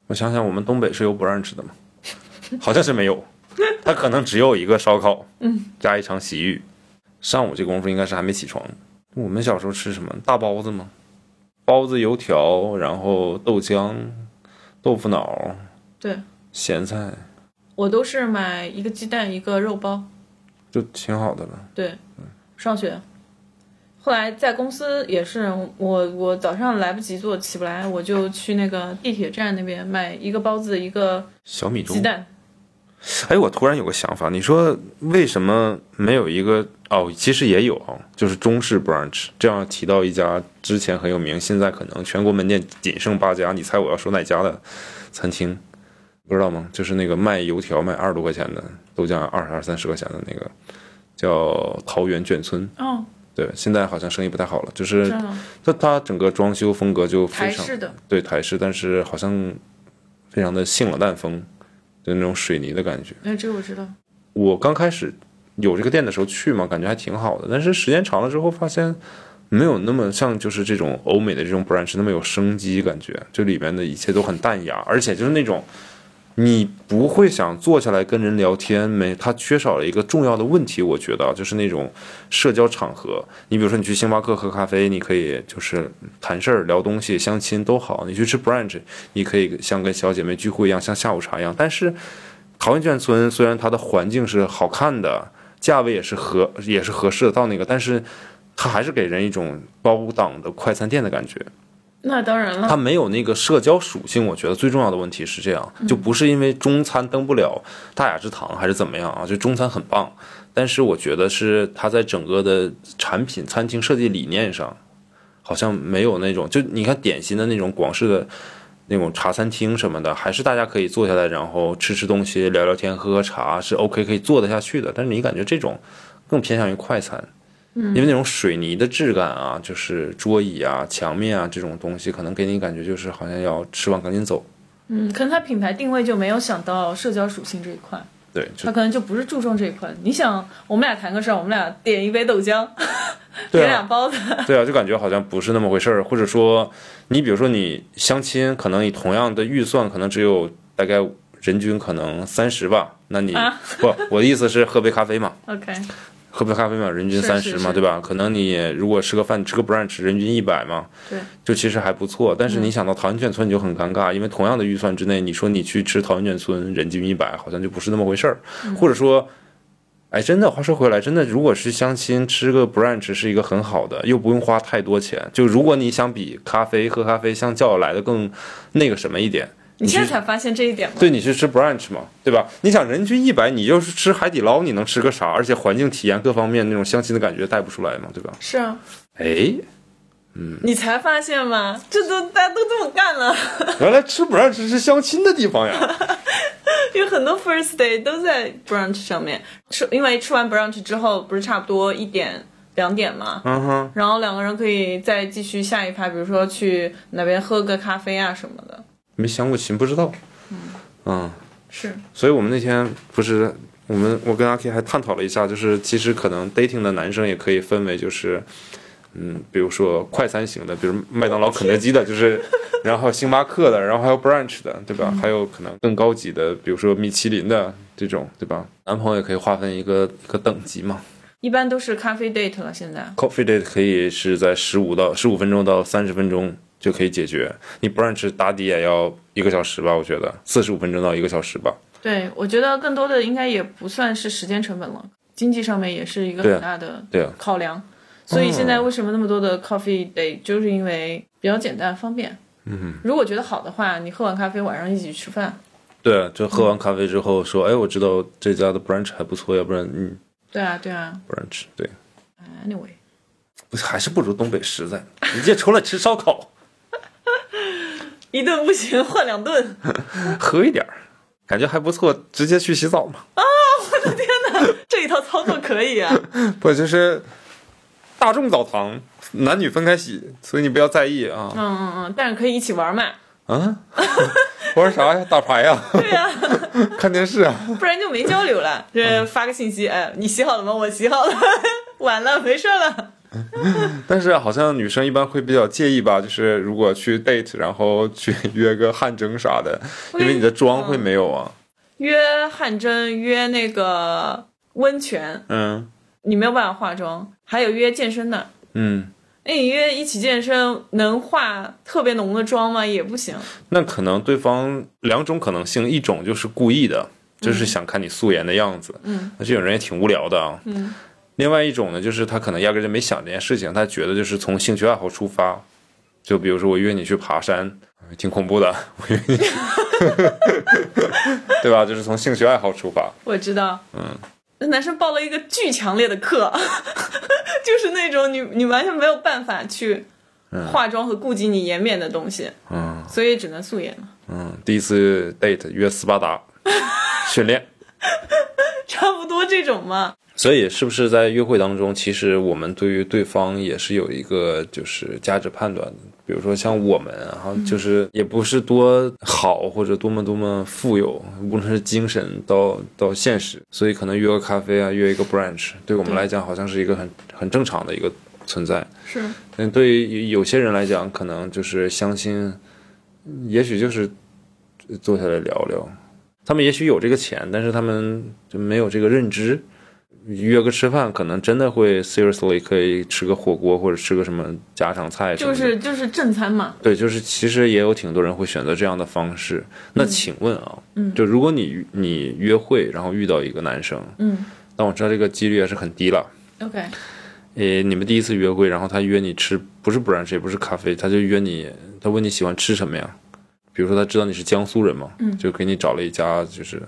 S1: 我想想，我们东北是有 brunch 的吗？ 好像是没有，它可能只有一个烧烤，嗯，加一场洗浴。上午这功夫应该是还没起床。我们小时候吃什么？大包子吗？包子、油条，然后豆浆、豆腐脑、
S2: 对
S1: 咸菜，
S2: 我都是买一个鸡蛋一个肉包，
S1: 就挺好的了。
S2: 对，上学。后来在公司也是，我我早上来不及做，起不来，我就去那个地铁站那边买一个包子，一个
S1: 小米粥
S2: 鸡。蛋。
S1: 哎，我突然有个想法，你说为什么没有一个哦？其实也有啊，就是中式 brunch。这样提到一家之前很有名，现在可能全国门店仅剩八家，你猜我要说哪家的餐厅？不知道吗？就是那个卖油条卖二十多块钱的，豆浆二十二三十块钱的那个，叫桃园卷村。
S2: 哦，
S1: 对，现在好像生意不太好了，就是
S2: 这样啊
S1: 它它整个装修风格就非
S2: 台
S1: 常
S2: 式的，
S1: 对台式，但是好像非常的性冷淡风，就那种水泥的感觉。
S2: 哎，这个我知道。
S1: 我刚开始有这个店的时候去嘛，感觉还挺好的，但是时间长了之后发现没有那么像就是这种欧美的这种 brunch 那么有生机感觉，这里面的一切都很淡雅，而且就是那种你不会想坐下来跟人聊天，没它缺少了一个重要的问题，我觉得啊就是那种社交场合。你比如说你去星巴克喝咖啡，你可以就是谈事儿、聊东西、相亲都好；你去吃 brunch，你可以像跟小姐妹聚会一样，像下午茶一样，但是。桃源眷村虽然它的环境是好看的，价位也是合也是合适的到那个，但是它还是给人一种高档的快餐店的感觉，
S2: 那当然了，
S1: 它没有那个社交属性。我觉得最重要的问题是这样，就不是因为中餐登不了大雅之堂还是怎么样啊，就中餐很棒，但是我觉得是它在整个的产品餐厅设计理念上，好像没有那种就你看典型的那种广式的。那种茶餐厅什么的，还是大家可以坐下来，然后吃吃东西、聊聊天、喝喝茶，是 OK 可以坐得下去的。但是你感觉这种更偏向于快餐，嗯，因为那种水泥的质感啊，就是桌椅啊、墙面啊这种东西，可能给你感觉就是好像要吃完赶紧走。
S2: 嗯，可能它品牌定位就没有想到社交属性这一块，
S1: 对，就
S2: 它可能就不是注重这一块。你想，我们俩谈个事儿，我们俩点一杯豆浆，
S1: 对
S2: 点
S1: 啊
S2: 两包子，
S1: 对啊，就感觉好像不是那么回事儿。或者说，你比如说你相亲，可能你同样的预算，可能只有大概人均可能三十吧。那你、
S2: 啊
S1: 不，我的意思是喝杯咖啡嘛。
S2: OK，
S1: 喝杯咖啡嘛，人均
S2: 是
S1: 三
S2: 是
S1: 十嘛，
S2: 是
S1: 对吧？可能你如果吃个饭，吃个 brunch，人均一百嘛，
S2: 对，嗯
S1: 就其实还不错。但是你想到桃源眷村，你就很尴尬，因为同样的预算之内，你说你去吃桃源眷村，人均一百，好像就不是那么回事儿。
S2: 嗯
S1: 或者说，哎，真的，话说回来，真的，如果是相亲吃个 brunch 是一个很好的，又不用花太多钱。就如果你想比咖啡喝咖啡相较来的更那个什么一点，
S2: 你
S1: 去
S2: 现在才发现这一点吗？
S1: 对，你去吃 brunch 嘛，对吧？你想人均一百，你要是吃海底捞，你能吃个啥？而且环境体验各方面那种相亲的感觉带不出来嘛，对吧？
S2: 是啊，
S1: 哎，
S2: 你才发现吗？这都大家都这么干了，
S1: 原来吃 brunch 是相亲的地方呀！
S2: 有很多 first day 都在 brunch 上面吃，因为吃完 brunch 之后不是差不多一点两点嘛，
S1: 嗯哼，
S2: 然后两个人可以再继续下一趴，比如说去哪边喝个咖啡啊什么的。
S1: 没相过亲，不知道。嗯，
S2: 是，
S1: 所以我们那天不是我们我跟阿 K 还探讨了一下，就是其实可能 dating 的男生也可以分为就是，嗯，比如说快餐型的，比如麦当劳、肯德基的，就是，然后星巴克的，然后还有 brunch 的，对吧？还有可能更高级的，比如说米其林的这种，对吧？男朋友也可以划分一个一个等级嘛。
S2: 一般都是咖啡 date 了。现在
S1: Coffee date 可以是在十五到十五分钟到三十分钟就可以解决，你 brunch 打底也要一个小时吧，我觉得四十五分钟到一个小时吧。
S2: 对我觉得更多的应该也不算是时间成本了，经济上面也是一个
S1: 对啊
S2: 很大的
S1: 对啊，
S2: 考量。所以现在为什么那么多的 coffee date，就是因为比较简单方便。嗯，如果觉得好的话，你喝完咖啡晚上一起去吃饭。
S1: 对啊，就喝完咖啡之后说，哎，我知道这家的 brunch 还不错，要不然嗯
S2: 对啊，对啊。
S1: brunch 对，
S2: Anyway，
S1: 不是还是不如东北实在，直接出来吃烧烤，
S2: 一顿不行换两顿。啊
S1: 喝一点儿，感觉还不错，直接去洗澡嘛。
S2: 这一套操作可以啊。
S1: 不就是大众澡堂，男女分开洗，所以你不要在意啊
S2: 嗯嗯嗯，但是可以一起玩嘛。
S1: 啊！玩啥呀？打牌呀？
S2: 对呀、
S1: 看电视啊？
S2: 不然就没交流了。这发个信息，哎，你洗好了吗？我洗好了， 晚了，没事了。
S1: 但是好像女生一般会比较介意吧，就是如果去 date，然后去约个汗蒸啥的，因为你的妆会没有啊。
S2: 约汗蒸，约那个温泉，
S1: 嗯
S2: 你没有办法化妆，还有约健身的。
S1: 嗯，
S2: 哎，你约一起健身，能化特别浓的妆吗？也不行。
S1: 那可能对方两种可能性，一种就是故意的，就是想看你素颜的样子。
S2: 嗯，
S1: 那这种人也挺无聊的啊。
S2: 嗯。
S1: 另外一种呢，就是他可能压根就没想这件事情，他觉得就是从兴趣爱好出发，就比如说我约你去爬山，挺恐怖的， 我约你，对吧？就是从兴趣爱好出发。
S2: 我知道，嗯，那男生报了一个巨强烈的课， 就是那种你你完全没有办法去化妆和顾及你颜面的东西，
S1: 嗯，
S2: 所以只能素颜嘛，
S1: 嗯，第一次 date 约斯巴达训练，
S2: 差不多这种嘛。
S1: 所以是不是在约会当中，其实我们对于对方也是有一个就是价值判断的？比如说像我们啊，就是也不是多好或者多么多么富有，无论是精神到到现实，所以可能约个咖啡啊，约一个 brunch，对我们来讲好像是一个很很正常的一个存在。
S2: 是
S1: 但嗯对于有些人来讲，可能就是相亲，也许就是坐下来聊聊。他们也许有这个钱，但是他们就没有这个认知。约个吃饭，可能真的会 seriously 可以吃个火锅或者吃个什么家常菜什么
S2: 就
S1: 的。
S2: 是就是正餐嘛，
S1: 对，就是其实也有挺多人会选择这样的方式。那
S2: 嗯
S1: 请问啊，就如果你你约会，然后遇到一个男生，
S2: 嗯
S1: 但我知道这个几率也是很低了。
S2: ，OK，
S1: 诶，你们第一次约会，然后他约你吃，不是 brunch 也不是咖啡，他就约你，他问你喜欢吃什么呀？比如说他知道你是江苏人嘛，
S2: 嗯
S1: 就给你找了一家就是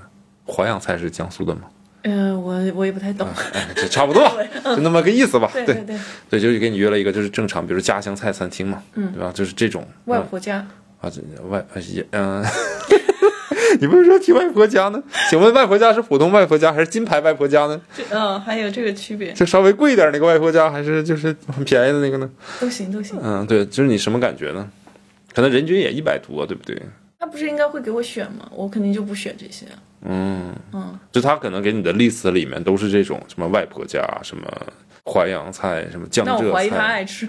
S1: 淮扬菜是江苏的嘛，
S2: 嗯、我我也不太懂，
S1: 哎，这差不多吧，就那么个意思吧。
S2: 啊嗯对
S1: 对
S2: 对，
S1: 对，就是给你约了一个就是正常，比如家乡菜餐厅嘛，
S2: 嗯
S1: 对吧？就是这种。
S2: 外婆家，
S1: 啊，这外呃也嗯， 你为什么说提外婆家呢？请问外婆家是普通外婆家还是金牌外婆家呢？
S2: 这嗯、还有这个区别，
S1: 就稍微贵一点那个外婆家，还是就是很便宜的那个呢？
S2: 都行都行。
S1: 嗯，对，就是你什么感觉呢？可能人均也一百多，对不对？
S2: 他不是应该会给我选吗？我肯定就不选这些。啊
S1: 嗯，
S2: 嗯，
S1: 就他可能给你的 list 里面都是这种什么外婆家、啊什么淮扬菜、什么江
S2: 那我怀
S1: 浙
S2: 疑他
S1: 菜，
S2: 爱嗯吃。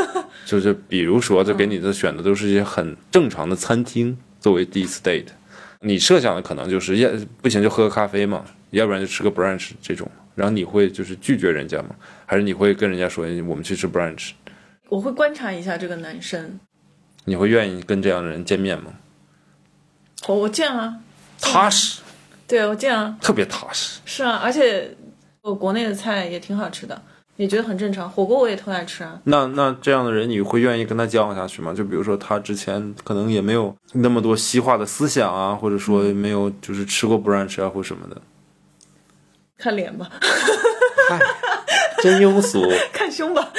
S1: 就是比如说，就给你的选的都是一些很正常的餐厅作为第一次 date。你设想的可能就是要不行就喝个咖啡嘛，要不然就吃个 brunch 这种。然后你会就是拒绝人家吗？还是你会跟人家说哎我们去吃 brunch？
S2: 我会观察一下这个男生，
S1: 你会愿意跟这样的人见面吗？
S2: 我我见啊，
S1: 踏实，
S2: 对我见啊，
S1: 特别踏实。
S2: 是啊，而且我国内的菜也挺好吃的，也觉得很正常。火锅我也特爱吃啊，
S1: 那那这样的人，你会愿意跟他交往下去吗？就比如说他之前可能也没有那么多西化的思想啊，或者说没有就是吃过 brunch 啊或什么的，
S2: 看脸吧，
S1: 真庸俗。
S2: 看胸吧。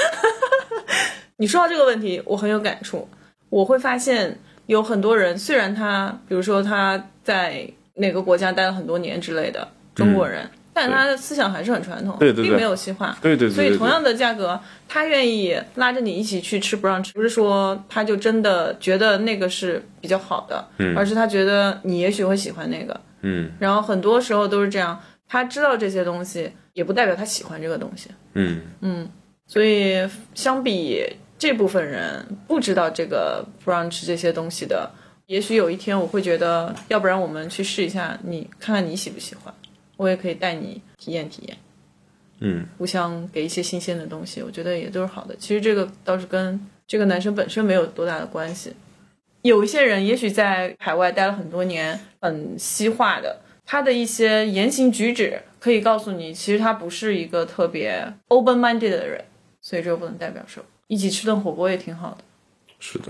S2: 你说到这个问题，我很有感触。我会发现有很多人，虽然他，比如说他在哪个国家待了很多年之类的中国人，但他的思想还是很传统，
S1: 嗯对对对
S2: 并没有西化。
S1: 对对对对对
S2: 所以同样的价格，他愿意拉着你一起去吃 brunch，不是说他就真的觉得那个是比较好的，而是他觉得你也许会喜欢那个。
S1: 嗯
S2: 然后很多时候都是这样，他知道这些东西，也不代表他喜欢这个东西。
S1: 嗯。
S2: 所以相比这部分人不知道这个 brunch 这些东西的，也许有一天我会觉得，要不然我们去试一下，你看看你喜不喜欢，我也可以带你体验体验，
S1: 嗯，
S2: 互相给一些新鲜的东西，我觉得也都是好的。其实这个倒是跟这个男生本身没有多大的关系。有一些人也许在海外待了很多年，很西化的，他的一些言行举止可以告诉你，其实他不是一个特别 open minded 的人。所以这个不能代表什么。一起吃顿火锅也挺好的。
S1: 是的，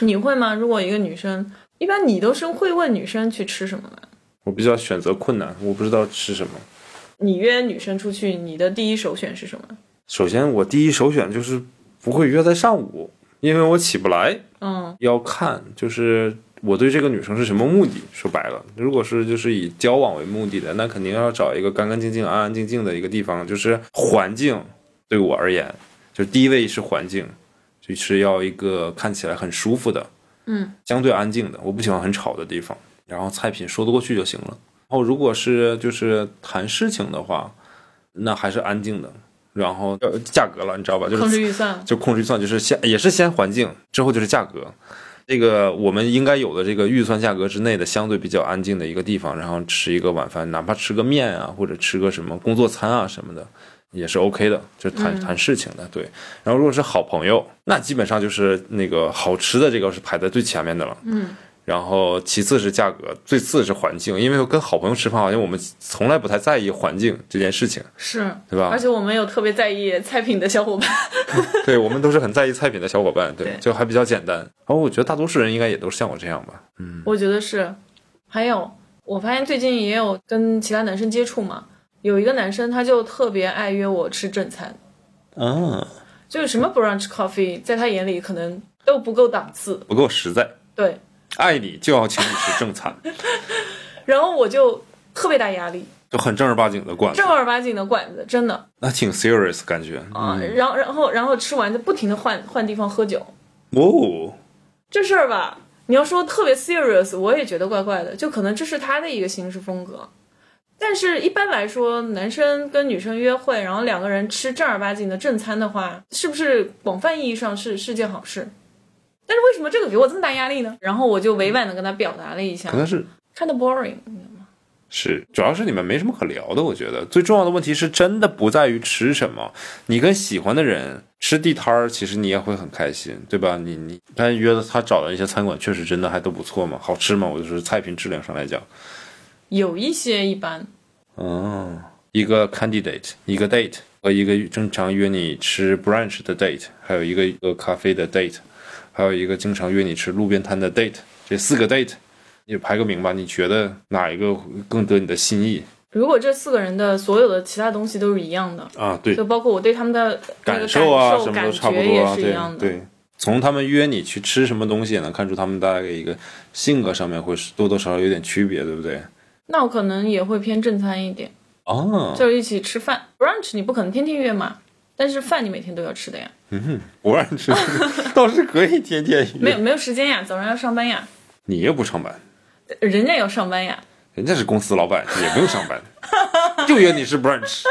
S2: 你会吗？如果一个女生，一般你都是会问女生去吃什么吗？
S1: 我比较选择困难，我不知道吃什么。
S2: 你约女生出去，你的第一首选是什么？
S1: 首先，我第一首选就是不会约在上午，因为我起不来。
S2: 嗯，
S1: 要看就是我对这个女生是什么目的。说白了，如果是就是以交往为目的的，那肯定要找一个干干净净、安安静静的一个地方。就是环境对我而言，就第一位是环境，就是要一个看起来很舒服的，
S2: 嗯，
S1: 相对安静的，我不喜欢很吵的地方。然后菜品说得过去就行了。然后如果是就是谈事情的话，那还是安静的。然后呃价格了，你知道吧？就是
S2: 控制预算。
S1: 就控制预算，就是先也是先环境，之后就是价格。这个我们应该有的这个预算价格之内的相对比较安静的一个地方，然后吃一个晚饭，哪怕吃个面啊，或者吃个什么工作餐啊什么的，也是 OK 的，就谈、谈事情的。对，然后如果是好朋友，那基本上就是那个好吃的这个是排在最前面的了。
S2: 嗯，
S1: 然后其次是价格，最次是环境，因为跟好朋友吃饭，好像我们从来不太在意环境这件事情。
S2: 是，
S1: 对吧
S2: 而且我们有特别在意菜品的小伙伴。
S1: 对我们都是很在意菜品的小伙伴，对，
S2: 对
S1: 就还比较简单。然后我觉得大多数人应该也都是像我这样吧，
S2: 我觉得是。还有，我发现最近也有跟其他男生接触嘛，有一个男生他就特别爱约我吃正餐，
S1: 嗯，
S2: 就是什么 brunch coffee，在他眼里可能都不够档次。
S1: 不够实在，
S2: 对，
S1: 爱你就要请你吃正餐，
S2: 然后我就特别大压力，
S1: 就很正儿八经的馆子
S2: 正，儿八经的馆子，真的
S1: 那挺 serious 感觉
S2: 啊。然后，然后，然后吃完就不停的换换地方喝酒，
S1: 哦，
S2: 这事儿吧，你要说特别 serious，我也觉得怪怪的，就可能这是他的一个行事风格。但是，一般来说，男生跟女生约会，然后两个人吃正儿八经的正餐的话，是不是广泛意义上是是件好事？但是为什么这个给我这么大压力呢？然后我就委婉的跟他表达了一下
S1: 可，能是
S2: 看的 boring，
S1: 是，主要是你们没什么可聊的。我觉得最重要的问题是真的不在于吃什么，你跟喜欢的人吃地摊儿，其实你也会很开心，对吧？你你他约的他找的一些餐馆，确实真的还都不错嘛，好吃嘛，我就是菜品质量上来讲，
S2: 有一些一般，
S1: 嗯，一个 candidate，一个 date 和一个正常约你吃 brunch 的 date，还有一个一个咖啡的 date，还有一个经常约你吃路边摊的 date，这四个 date，你排个名吧，你觉得哪一个更得你的心意
S2: 如果这四个人的所有的其他东西都是一样的，
S1: 啊？对，
S2: 就包括我对他们的那个
S1: 感受啊
S2: 受
S1: 什么
S2: 感
S1: 都差不
S2: 觉
S1: 多
S2: 也
S1: 啊，
S2: 是一样
S1: 对
S2: 的。
S1: 对。从他们约你去吃什么东西，也能看出他们大概一个性格上面会是多多少少有点区别，对不对？
S2: 那我可能也会偏正餐一点，
S1: 啊，
S2: 就是一起吃饭。brunch 你不可能天天约嘛，但是饭你每天都要吃的呀，
S1: 不让吃，倒是 可以天天约
S2: 没有没有时间呀，早上要上班呀，
S1: 你又不上班，
S2: 人家要上班呀，
S1: 人家是公司老板，也不用上班，就约你吃 brunch。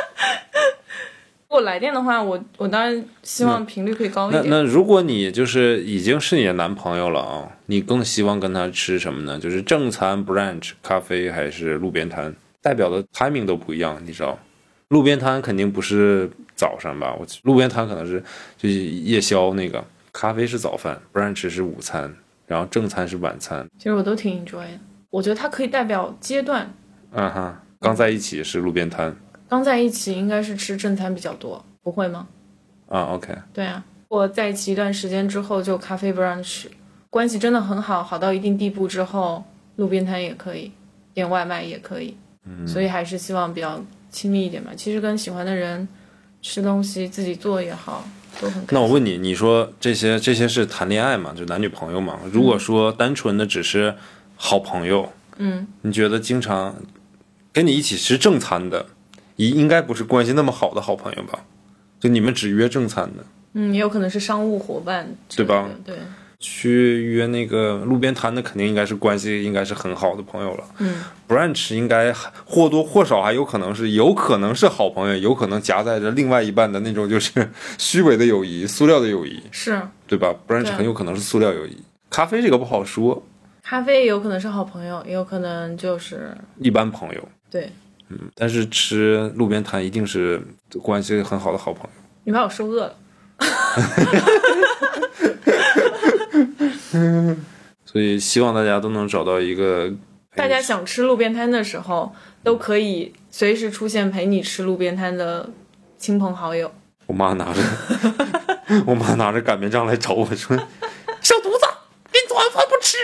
S2: 如果来电的话，我我当然希望频率可以 高一
S1: 嗯那
S2: 点。
S1: 那如果你就是已经是你的男朋友了啊，你更希望跟他吃什么呢？就是正餐、brunch、咖啡还是路边摊？代表的 timing 都不一样，你知道？路边摊肯定不是早上吧？我路边摊可能是就是夜宵那个，咖啡是早饭，brunch 是午餐，然后正餐是晚餐。
S2: 其实我都挺 enjoy 的，我觉得它可以代表阶段。
S1: 嗯哼，刚在一起是路边摊
S2: 刚在一起应该是吃正餐比较多，不会吗？
S1: 啊，OK。
S2: 对啊，我在一起一段时间之后就咖啡 brunch，关系真的很好，好到一定地步之后，路边摊也可以，点外卖也可以，嗯，所以还是希望比较亲密一点吧。其实跟喜欢的人吃东西，自己做也好，都很开
S1: 那我
S2: 心。
S1: 问你，你说这些这些是谈恋爱嘛？就男女朋友嘛？如果说单纯的只是好朋友，
S2: 嗯，
S1: 你觉得经常跟你一起吃正餐的，应应该不是关系那么好的好朋友吧？就你们只约正餐的，
S2: 嗯，也有可能是商务伙伴之类的，
S1: 对吧
S2: 对，
S1: 去约那个路边摊的，肯定应该是关系应该是很好的朋友了。
S2: 嗯
S1: ，brunch 应该或多或少还有可能是，有可能是好朋友，有可能夹带着另外一半的那种就是 虚伪的友谊、塑料的友谊。
S2: 是
S1: 对吧？brunch
S2: 对啊
S1: 很有可能是塑料友谊，咖啡这个不好说，
S2: 咖啡也有可能是好朋友，也有可能就是
S1: 一般朋友。
S2: 对。
S1: 嗯但是吃路边摊一定是关系很好的好朋友。
S2: 你把我说饿了，
S1: 所以希望大家都能找到一个
S2: 大家想吃路边摊的时候，都可以随时出现陪你吃路边摊的亲朋好友。
S1: 我妈拿 着，我妈拿着擀面杖来找我说：“小犊子，你早晚饭不吃，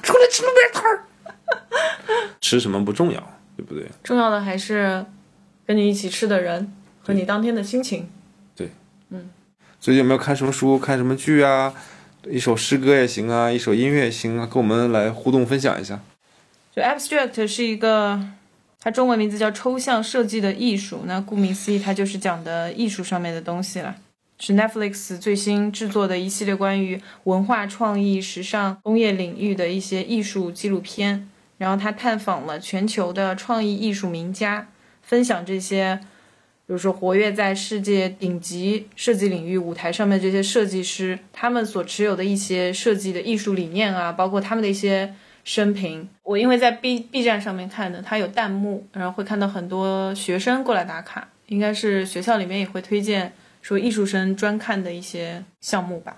S1: 出来吃路边摊儿。”吃什么不重要，对不对？
S2: 重要的还是跟你一起吃的人和你当天的心情。
S1: 最近有没有看什么书、看什么剧啊？一首诗歌也行啊，一首音乐也行啊，跟我们来互动分享一下。
S2: 就 abstract 是一个，它中文名字叫抽象设计的艺术。那顾名思义，它就是讲的艺术上面的东西了。是 Netflix 最新制作的一系列关于文化创意、时尚、工业领域的一些艺术纪录片。然后它探访了全球的创意艺术名家，分享这些，比如说活跃在世界顶级设计领域舞台上面这些设计师，他们所持有的一些设计的艺术理念啊，包括他们的一些生平。我因为在 B B 站上面看的，它有弹幕，然后会看到很多学生过来打卡，应该是学校里面也会推荐说艺术生专看的一些项目吧。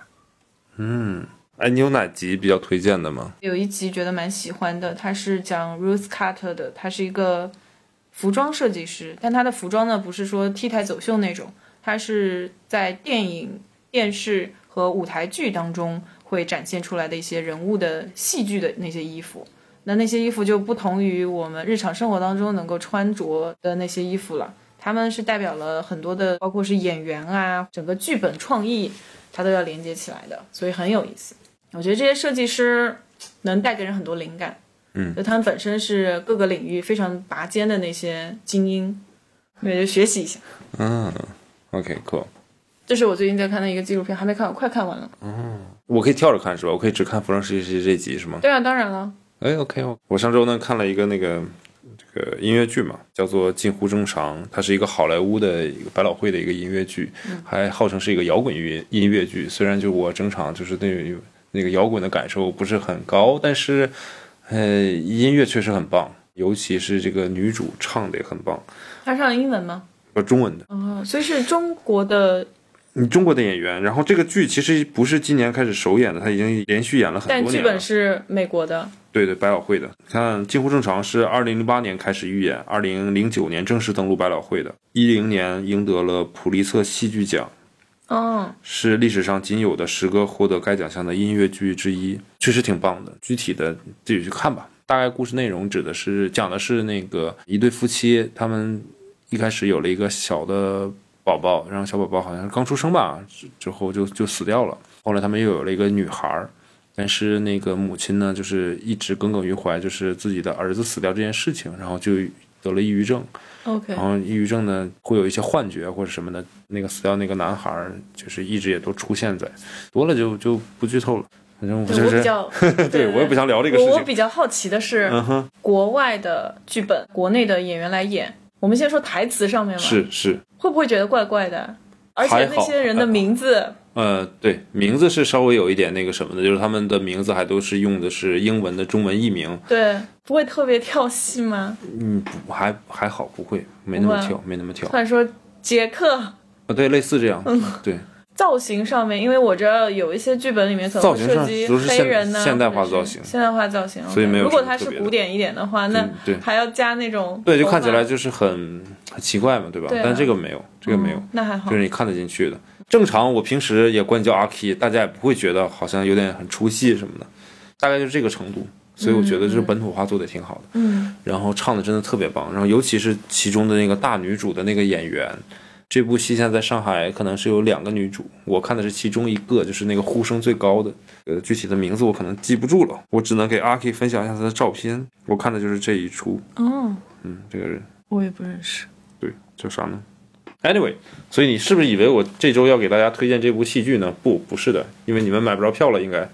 S1: 哎，你有哪集比较推荐的吗？
S2: 有一集觉得蛮喜欢的，它是讲 Ruth Carter 的，她是一个服装设计师，但她的服装呢不是说 T 台走秀那种，她是在电影、电视和舞台剧当中会展现出来的一些人物的戏剧的那些衣服。那那些衣服就不同于我们日常生活当中能够穿着的那些衣服了，他们是代表了很多的，包括是演员啊，整个剧本创意，它都要连接起来的，所以很有意思。我觉得这些设计师能带给人很多灵感，嗯，就他们本身是各个领域非常拔尖的那些精英，我就学习一下。
S1: 嗯，OK，cool、
S2: 这是我最近在看的一个纪录片，还没看，我快看完了。
S1: 嗯我可以跳着看是吧？我可以只看《服装设计师》这集是吗？
S2: 对啊，当然了，
S1: 哎，OK，我上周呢看了一个那个这个音乐剧嘛，叫做《近乎正常》，它是一个好莱坞的一个百老汇的一个音乐剧，
S2: 嗯
S1: 还号称是一个摇滚乐音乐剧。虽然就我整场就是对那个摇滚的感受不是很高，但是呃，音乐确实很棒，尤其是这个女主唱的也很棒，
S2: 他上英文吗？
S1: 呃，中文的。
S2: 哦，所以是中国的，
S1: 你中国的演员，然后这个剧其实不是今年开始首演的，它已经连续演了很
S2: 但
S1: 多
S2: 剧
S1: 年了
S2: 本。是美国的。
S1: 对对，百老汇的。你看，《近乎正常》是二零零八年开始预演，二零零九年正式登陆百老汇的，一零年赢得了普利策戏剧奖，
S2: 嗯，
S1: 是历史上仅有的十个获得该奖项的音乐剧之一，确实挺棒的。具体的自己去看吧。大概故事内容指的是讲的是那个一对夫妻，他们一开始有了一个小的宝宝，然后小宝宝好像是刚出生吧，之之后就就死掉了。后来他们又有了一个女孩儿，但是那个母亲呢，就是一直耿耿于怀，就是自己的儿子死掉这件事情，然后就得了抑郁症。
S2: OK，
S1: 然后抑郁症呢，会有一些幻觉或者什么的。那个死掉那个男孩儿，就是一直也都出现在，多了就就不剧透了。反正我
S2: 对
S1: 就
S2: 我
S1: 是
S2: 比，较，
S1: 对我也不想聊这个事
S2: 我我
S1: 情。
S2: 比较好奇的是，
S1: 嗯哼，
S2: 国外的剧本，国内的演员来演，我们先说台词上面嘛，
S1: 是是，
S2: 会不会觉得怪怪的？而且
S1: 还
S2: 那
S1: 好
S2: 些人的名字，
S1: 呃，对，名字是稍微有一点那个什么的，就是他们的名字还都是用的是英文的中文译名，
S2: 对，不会特别跳戏吗？
S1: 嗯，不还还好，不会，没那么
S2: 不会
S1: 跳，没那么跳
S2: 突。然说杰克
S1: 啊，对，类似这样，对，
S2: 造型上面，因为我知道有一些剧本里面可能
S1: 造
S2: 会
S1: 型
S2: 涉
S1: 上
S2: 及
S1: 都是
S2: 黑
S1: 现
S2: 人呢、
S1: 现代化
S2: 或者是
S1: 造型
S2: 现代化造型，
S1: 所以没有
S2: OK 如果
S1: 什么
S2: 它
S1: 特
S2: 是
S1: 别的嗯
S2: 古典一点的话，那
S1: 对
S2: 还要加那种
S1: 对，就
S2: 头
S1: 看起
S2: 发
S1: 来就是很很奇怪嘛，对吧？
S2: 对啊
S1: 但这个没有，这个没有。
S2: 嗯那还好
S1: 就是。你看得进去的。正常，我平时也管你叫阿 K，大家也不会觉得好像有点很出戏什么的，大概就是这个程度。所以我觉得就是本土化做的挺好的，
S2: 嗯，
S1: 然后唱的真的特别棒，然后尤其是其中的那个大女主的那个演员，这部戏现在在上海可能是有两个女主，我看的是其中一个，就是那个呼声最高的，呃，具体的名字我可能记不住了，我只能给阿 K 分享一下她的照片，我看的就是这一出，
S2: 哦，
S1: 嗯，这个人。
S2: 我也不认识。
S1: 对，叫啥呢？Anyway，所以你是不是以为我这周要给大家推荐这部戏剧呢？不，不是的，因为你们买不着票了，应该。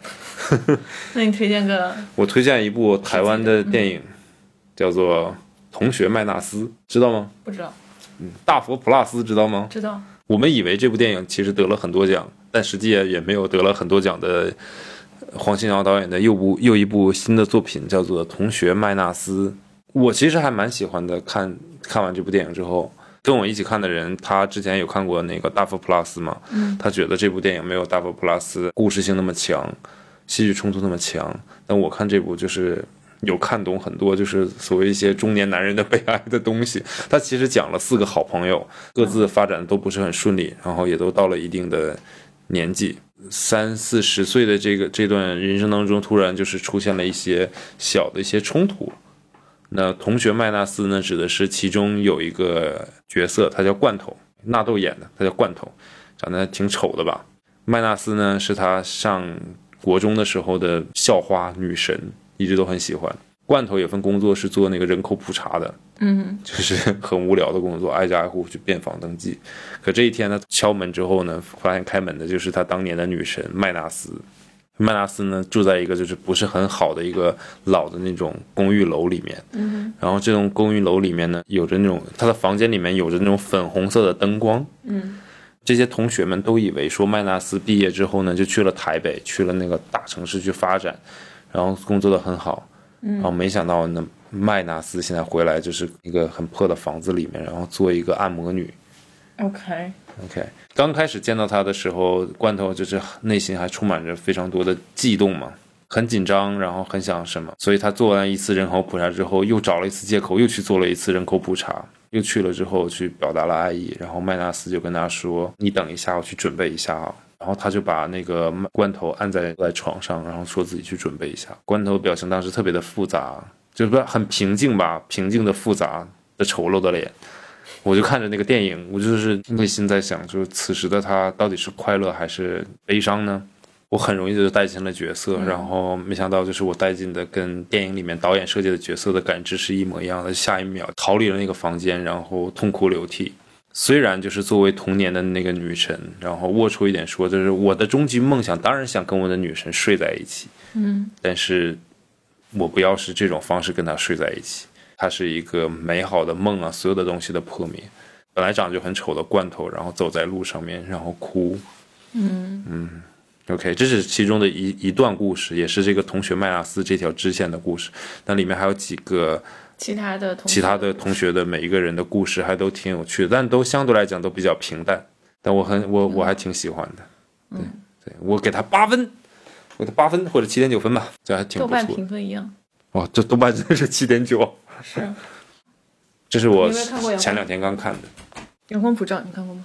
S2: 那你推荐个
S1: 我推荐一部台湾的电影，叫做《同学麦纳斯》，知道吗？
S2: 不知道，
S1: 大佛普拉斯知道吗？
S2: 知道
S1: 我们以为这部电影其实得了很多奖，但实际也没有得了很多奖的。黄信尧导演的又部又一部新的作品叫做《同学麦纳斯》，我其实还蛮喜欢的。看看完这部电影之后，跟我一起看的人，他之前有看过那个《大佛普拉斯》嘛，他觉得这部电影没有《大佛普拉斯》故事性那么强，戏剧冲突那么强。但我看这部就是有看懂很多，就是所谓一些中年男人的悲 哀的东西。他其实讲了四个好朋友各自发展都不是很顺利，然后也都到了一定的年纪，三四十岁的这个这段人生当中，突然就是出现了一些小的一些冲突。那同学麦纳斯呢，指的是其中有一个角色，他叫罐头，纳豆演的，他叫罐头，长得挺丑的吧？麦纳斯呢，是他上国中的时候的校花女神，一直都很喜欢。罐头有份工作是做那个人口普查的，嗯，就是 很无聊的工作，挨家挨户去遍访登记。可这一天呢，敲门之后呢，发现开门的就是他当年的女神麦纳斯。麦纳斯呢住在一个就是不是很好的一个老的那种公寓楼里面，嗯，然后这种公寓楼里面呢有着那种他的房间里面有着那种粉红色的灯光，嗯，这些同学们都以为说麦纳斯毕业之后呢就去了台北，去了那个大城市去发展，然后工作的很好，嗯，然后没想到呢麦纳斯现在回来就是一个很破的房子里面，然后做一个按摩女，
S2: ，OK，
S1: OK，刚开始见到他的时候，罐头就是内心还充满着非常多的悸动嘛，很紧张，然后很想什么，所以他做完一次人口普查之后，又找了一次借口，又去做了一次人口普查，又去了之后去表达了爱意，然后麦纳斯就跟他说：“你等一下，我去准备一下啊。”然后他就把那个罐头按在在床上，然后说自己去准备一下。罐头表情当时特别的复杂，就是不是很平静吧，平静的复杂的丑陋的脸。我就看着那个电影，我就是内心在想，就是此时的他到底是快乐还是悲伤呢？我很容易就带进了角色，然后没想到就是我带进的跟电影里面导演设计的角色的感知是一模一样的。下一秒逃离了那个房间，然后痛哭流涕。虽然就是作为童年的那个女神，然后龌龊一点说，就是我的终极梦想当然想跟我的女神睡在一起，嗯，但是我不要是这种方式跟她睡在一起。它是一个美好的梦啊，所有的东西的破灭。本来长得就很丑的罐头，然后走在路上面，然后哭。
S2: 嗯
S1: OK，这是其中的一一段故事，也是这个同学麦拉斯这条支线的故事。那里面还有几个
S2: 其他的同
S1: 其他
S2: 学
S1: 的同学的每一个人的故事，还都挺有趣的，但都相对来讲都比较平淡。但我很
S2: 嗯
S1: 我我还挺喜欢的，对对，我给他八分，我给他八分或者七点九分吧，这还挺
S2: 豆
S1: 不
S2: 瓣
S1: 错的。
S2: 评分一样，
S1: 哇，哦这豆瓣真的是七点九，啊
S2: 是《
S1: 这是我
S2: 你有没有看过阳光
S1: 前两天刚看的。
S2: 阳光普照》，你看过吗？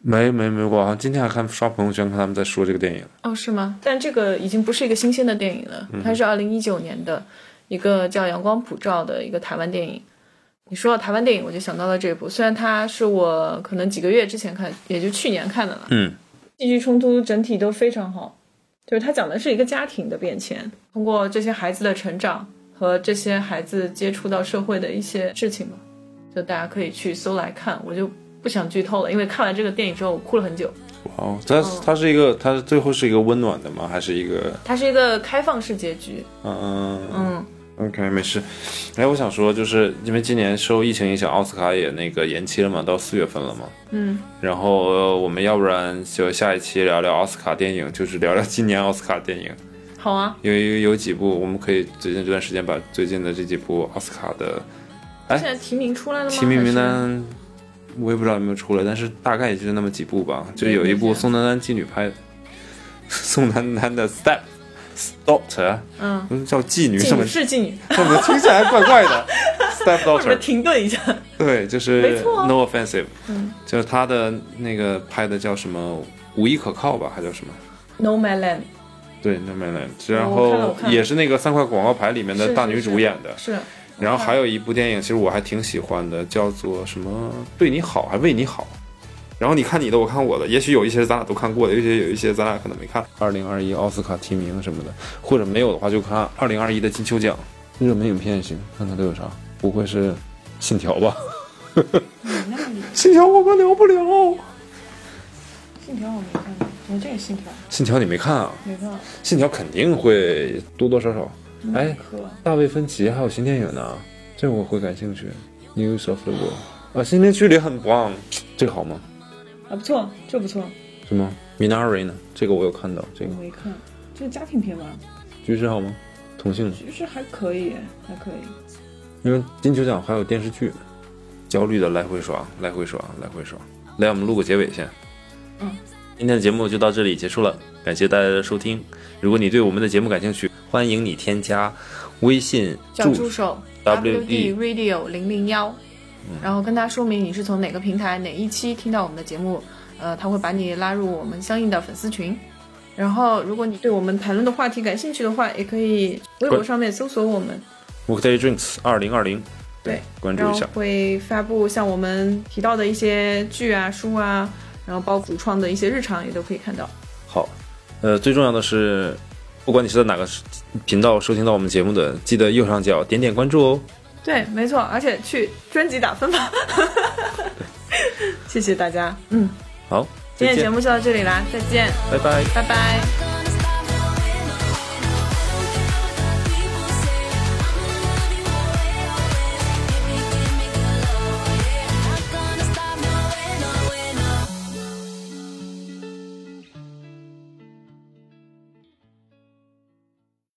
S1: 没没没，我好像今天还看刷朋友圈，看他们在说这个电影。
S2: 哦，是吗？但这个已经不是一个新鲜的电影了，它是二零一九年的一个叫《阳光普照》的一个台湾电影。你说到台湾电影，我就想到了这部，虽然它是我可能几个月之前看，也就去年看的了。
S1: 嗯，
S2: 戏剧冲突整体都非常好，就是它讲的是一个家庭的变迁，通过这些孩子的成长和这些孩子接触到社会的一些事情吧，就大家可以去搜来看。我就不想剧透了，因为看完这个电影之后，我哭了很久。
S1: 哦，它它是一个，它最后是一个温暖的吗？还是一个
S2: 它是一个开放式结局，
S1: 嗯
S2: 嗯。
S1: OK，没事。哎，我想说，就是因为今年受疫情影响，奥斯卡也那个延期了嘛，到四月份了嘛。
S2: 嗯。
S1: 然后呃我们要不然就下一期聊聊奥斯卡电影，就是聊聊今年奥斯卡电影，
S2: 好啊，
S1: 因为有有几部我们可以最近这段时间把最近的这几部奥斯卡的哎
S2: 现在提名出来了吗？
S1: 提名名
S2: 啊还是，
S1: 单，我也不知道有没有出来，但是大概也就那么几部吧。就有一部宋丹丹妓女拍的， 宋丹丹的 Step Daughter，
S2: 嗯，
S1: 嗯叫妓女
S2: 妓
S1: 怎么
S2: 女是妓女，
S1: 怎么听起来怪怪 的？Step
S2: 或者
S1: Daughter，
S2: 停顿一下，
S1: 对，就是
S2: 没错啊
S1: No offensive，
S2: 嗯
S1: 就是他的那个拍的叫什么无依可靠吧，还叫什么？
S2: 《No Man Land
S1: 对，No Man Land，然
S2: 哦我看了
S1: 后
S2: 我看了
S1: 也是那个三块广告牌里面
S2: 是
S1: 的
S2: 是
S1: 大女主演的，》
S2: 是，
S1: 然后还有一部电影，其实我还挺喜欢的，叫做什么“对你好”还“为你好”。然后你看你的，我看我的，也许有一些咱俩都看过的，有一些有一些咱俩可能没看。二零二一奥斯卡提名什么的，或者没有的话就看二零二一的金球奖热门影片也行，看看都有啥。不会是《信条》吧？
S2: 那里
S1: 信条我们聊不了，《
S2: 信条我没看过，我这个信条
S1: 信条》你没看啊？
S2: 没看，
S1: 《信条》肯定会多多少少。哎，
S2: 可
S1: 大卫芬奇还有新电影呢，这我会感兴趣。News of the World 啊，新天距离很棒，这个好吗？
S2: 还不错，这不错，
S1: 什么 Minari 呢？这个我有看到，这个
S2: 没看，这个家庭片吧，
S1: 局势好吗？同性，
S2: 其实还可以，还可以，
S1: 因为金球奖还有电视剧，焦虑的来回刷，来回刷，来回刷。来，我们录个结尾先。
S2: 嗯，
S1: 今天的节目就到这里结束了，感谢大家的收听。如果你对我们的节目感兴趣，欢迎你添加微信
S2: 小助手 E
S1: WD
S2: Radio 零零幺，然后跟他说明你是从哪个平台哪一期听到我们的节目，呃，他会把你拉入我们相应的粉丝群。然后，如果你对我们谈论的话题感兴趣的话，也可以微博
S1: 关
S2: 上面搜索我们，
S1: Workday Drinks 二零二零，
S2: 对，
S1: 关注
S2: 然
S1: 一
S2: 后
S1: 下。
S2: 会发布像我们提到的一些剧啊、书啊，然后包括主创的一些日常也都可以看到。
S1: 好，呃，最重要的是，不管你是在哪个频道收听到我们节目的，记得右上角点点关注哦。
S2: 对，没错，而且去专辑打分吧。 谢谢大家，嗯，
S1: 好，
S2: 今
S1: 再
S2: 天
S1: 见
S2: 节目就到这里啦，再见，
S1: 拜拜。
S2: 拜拜。
S3: gonna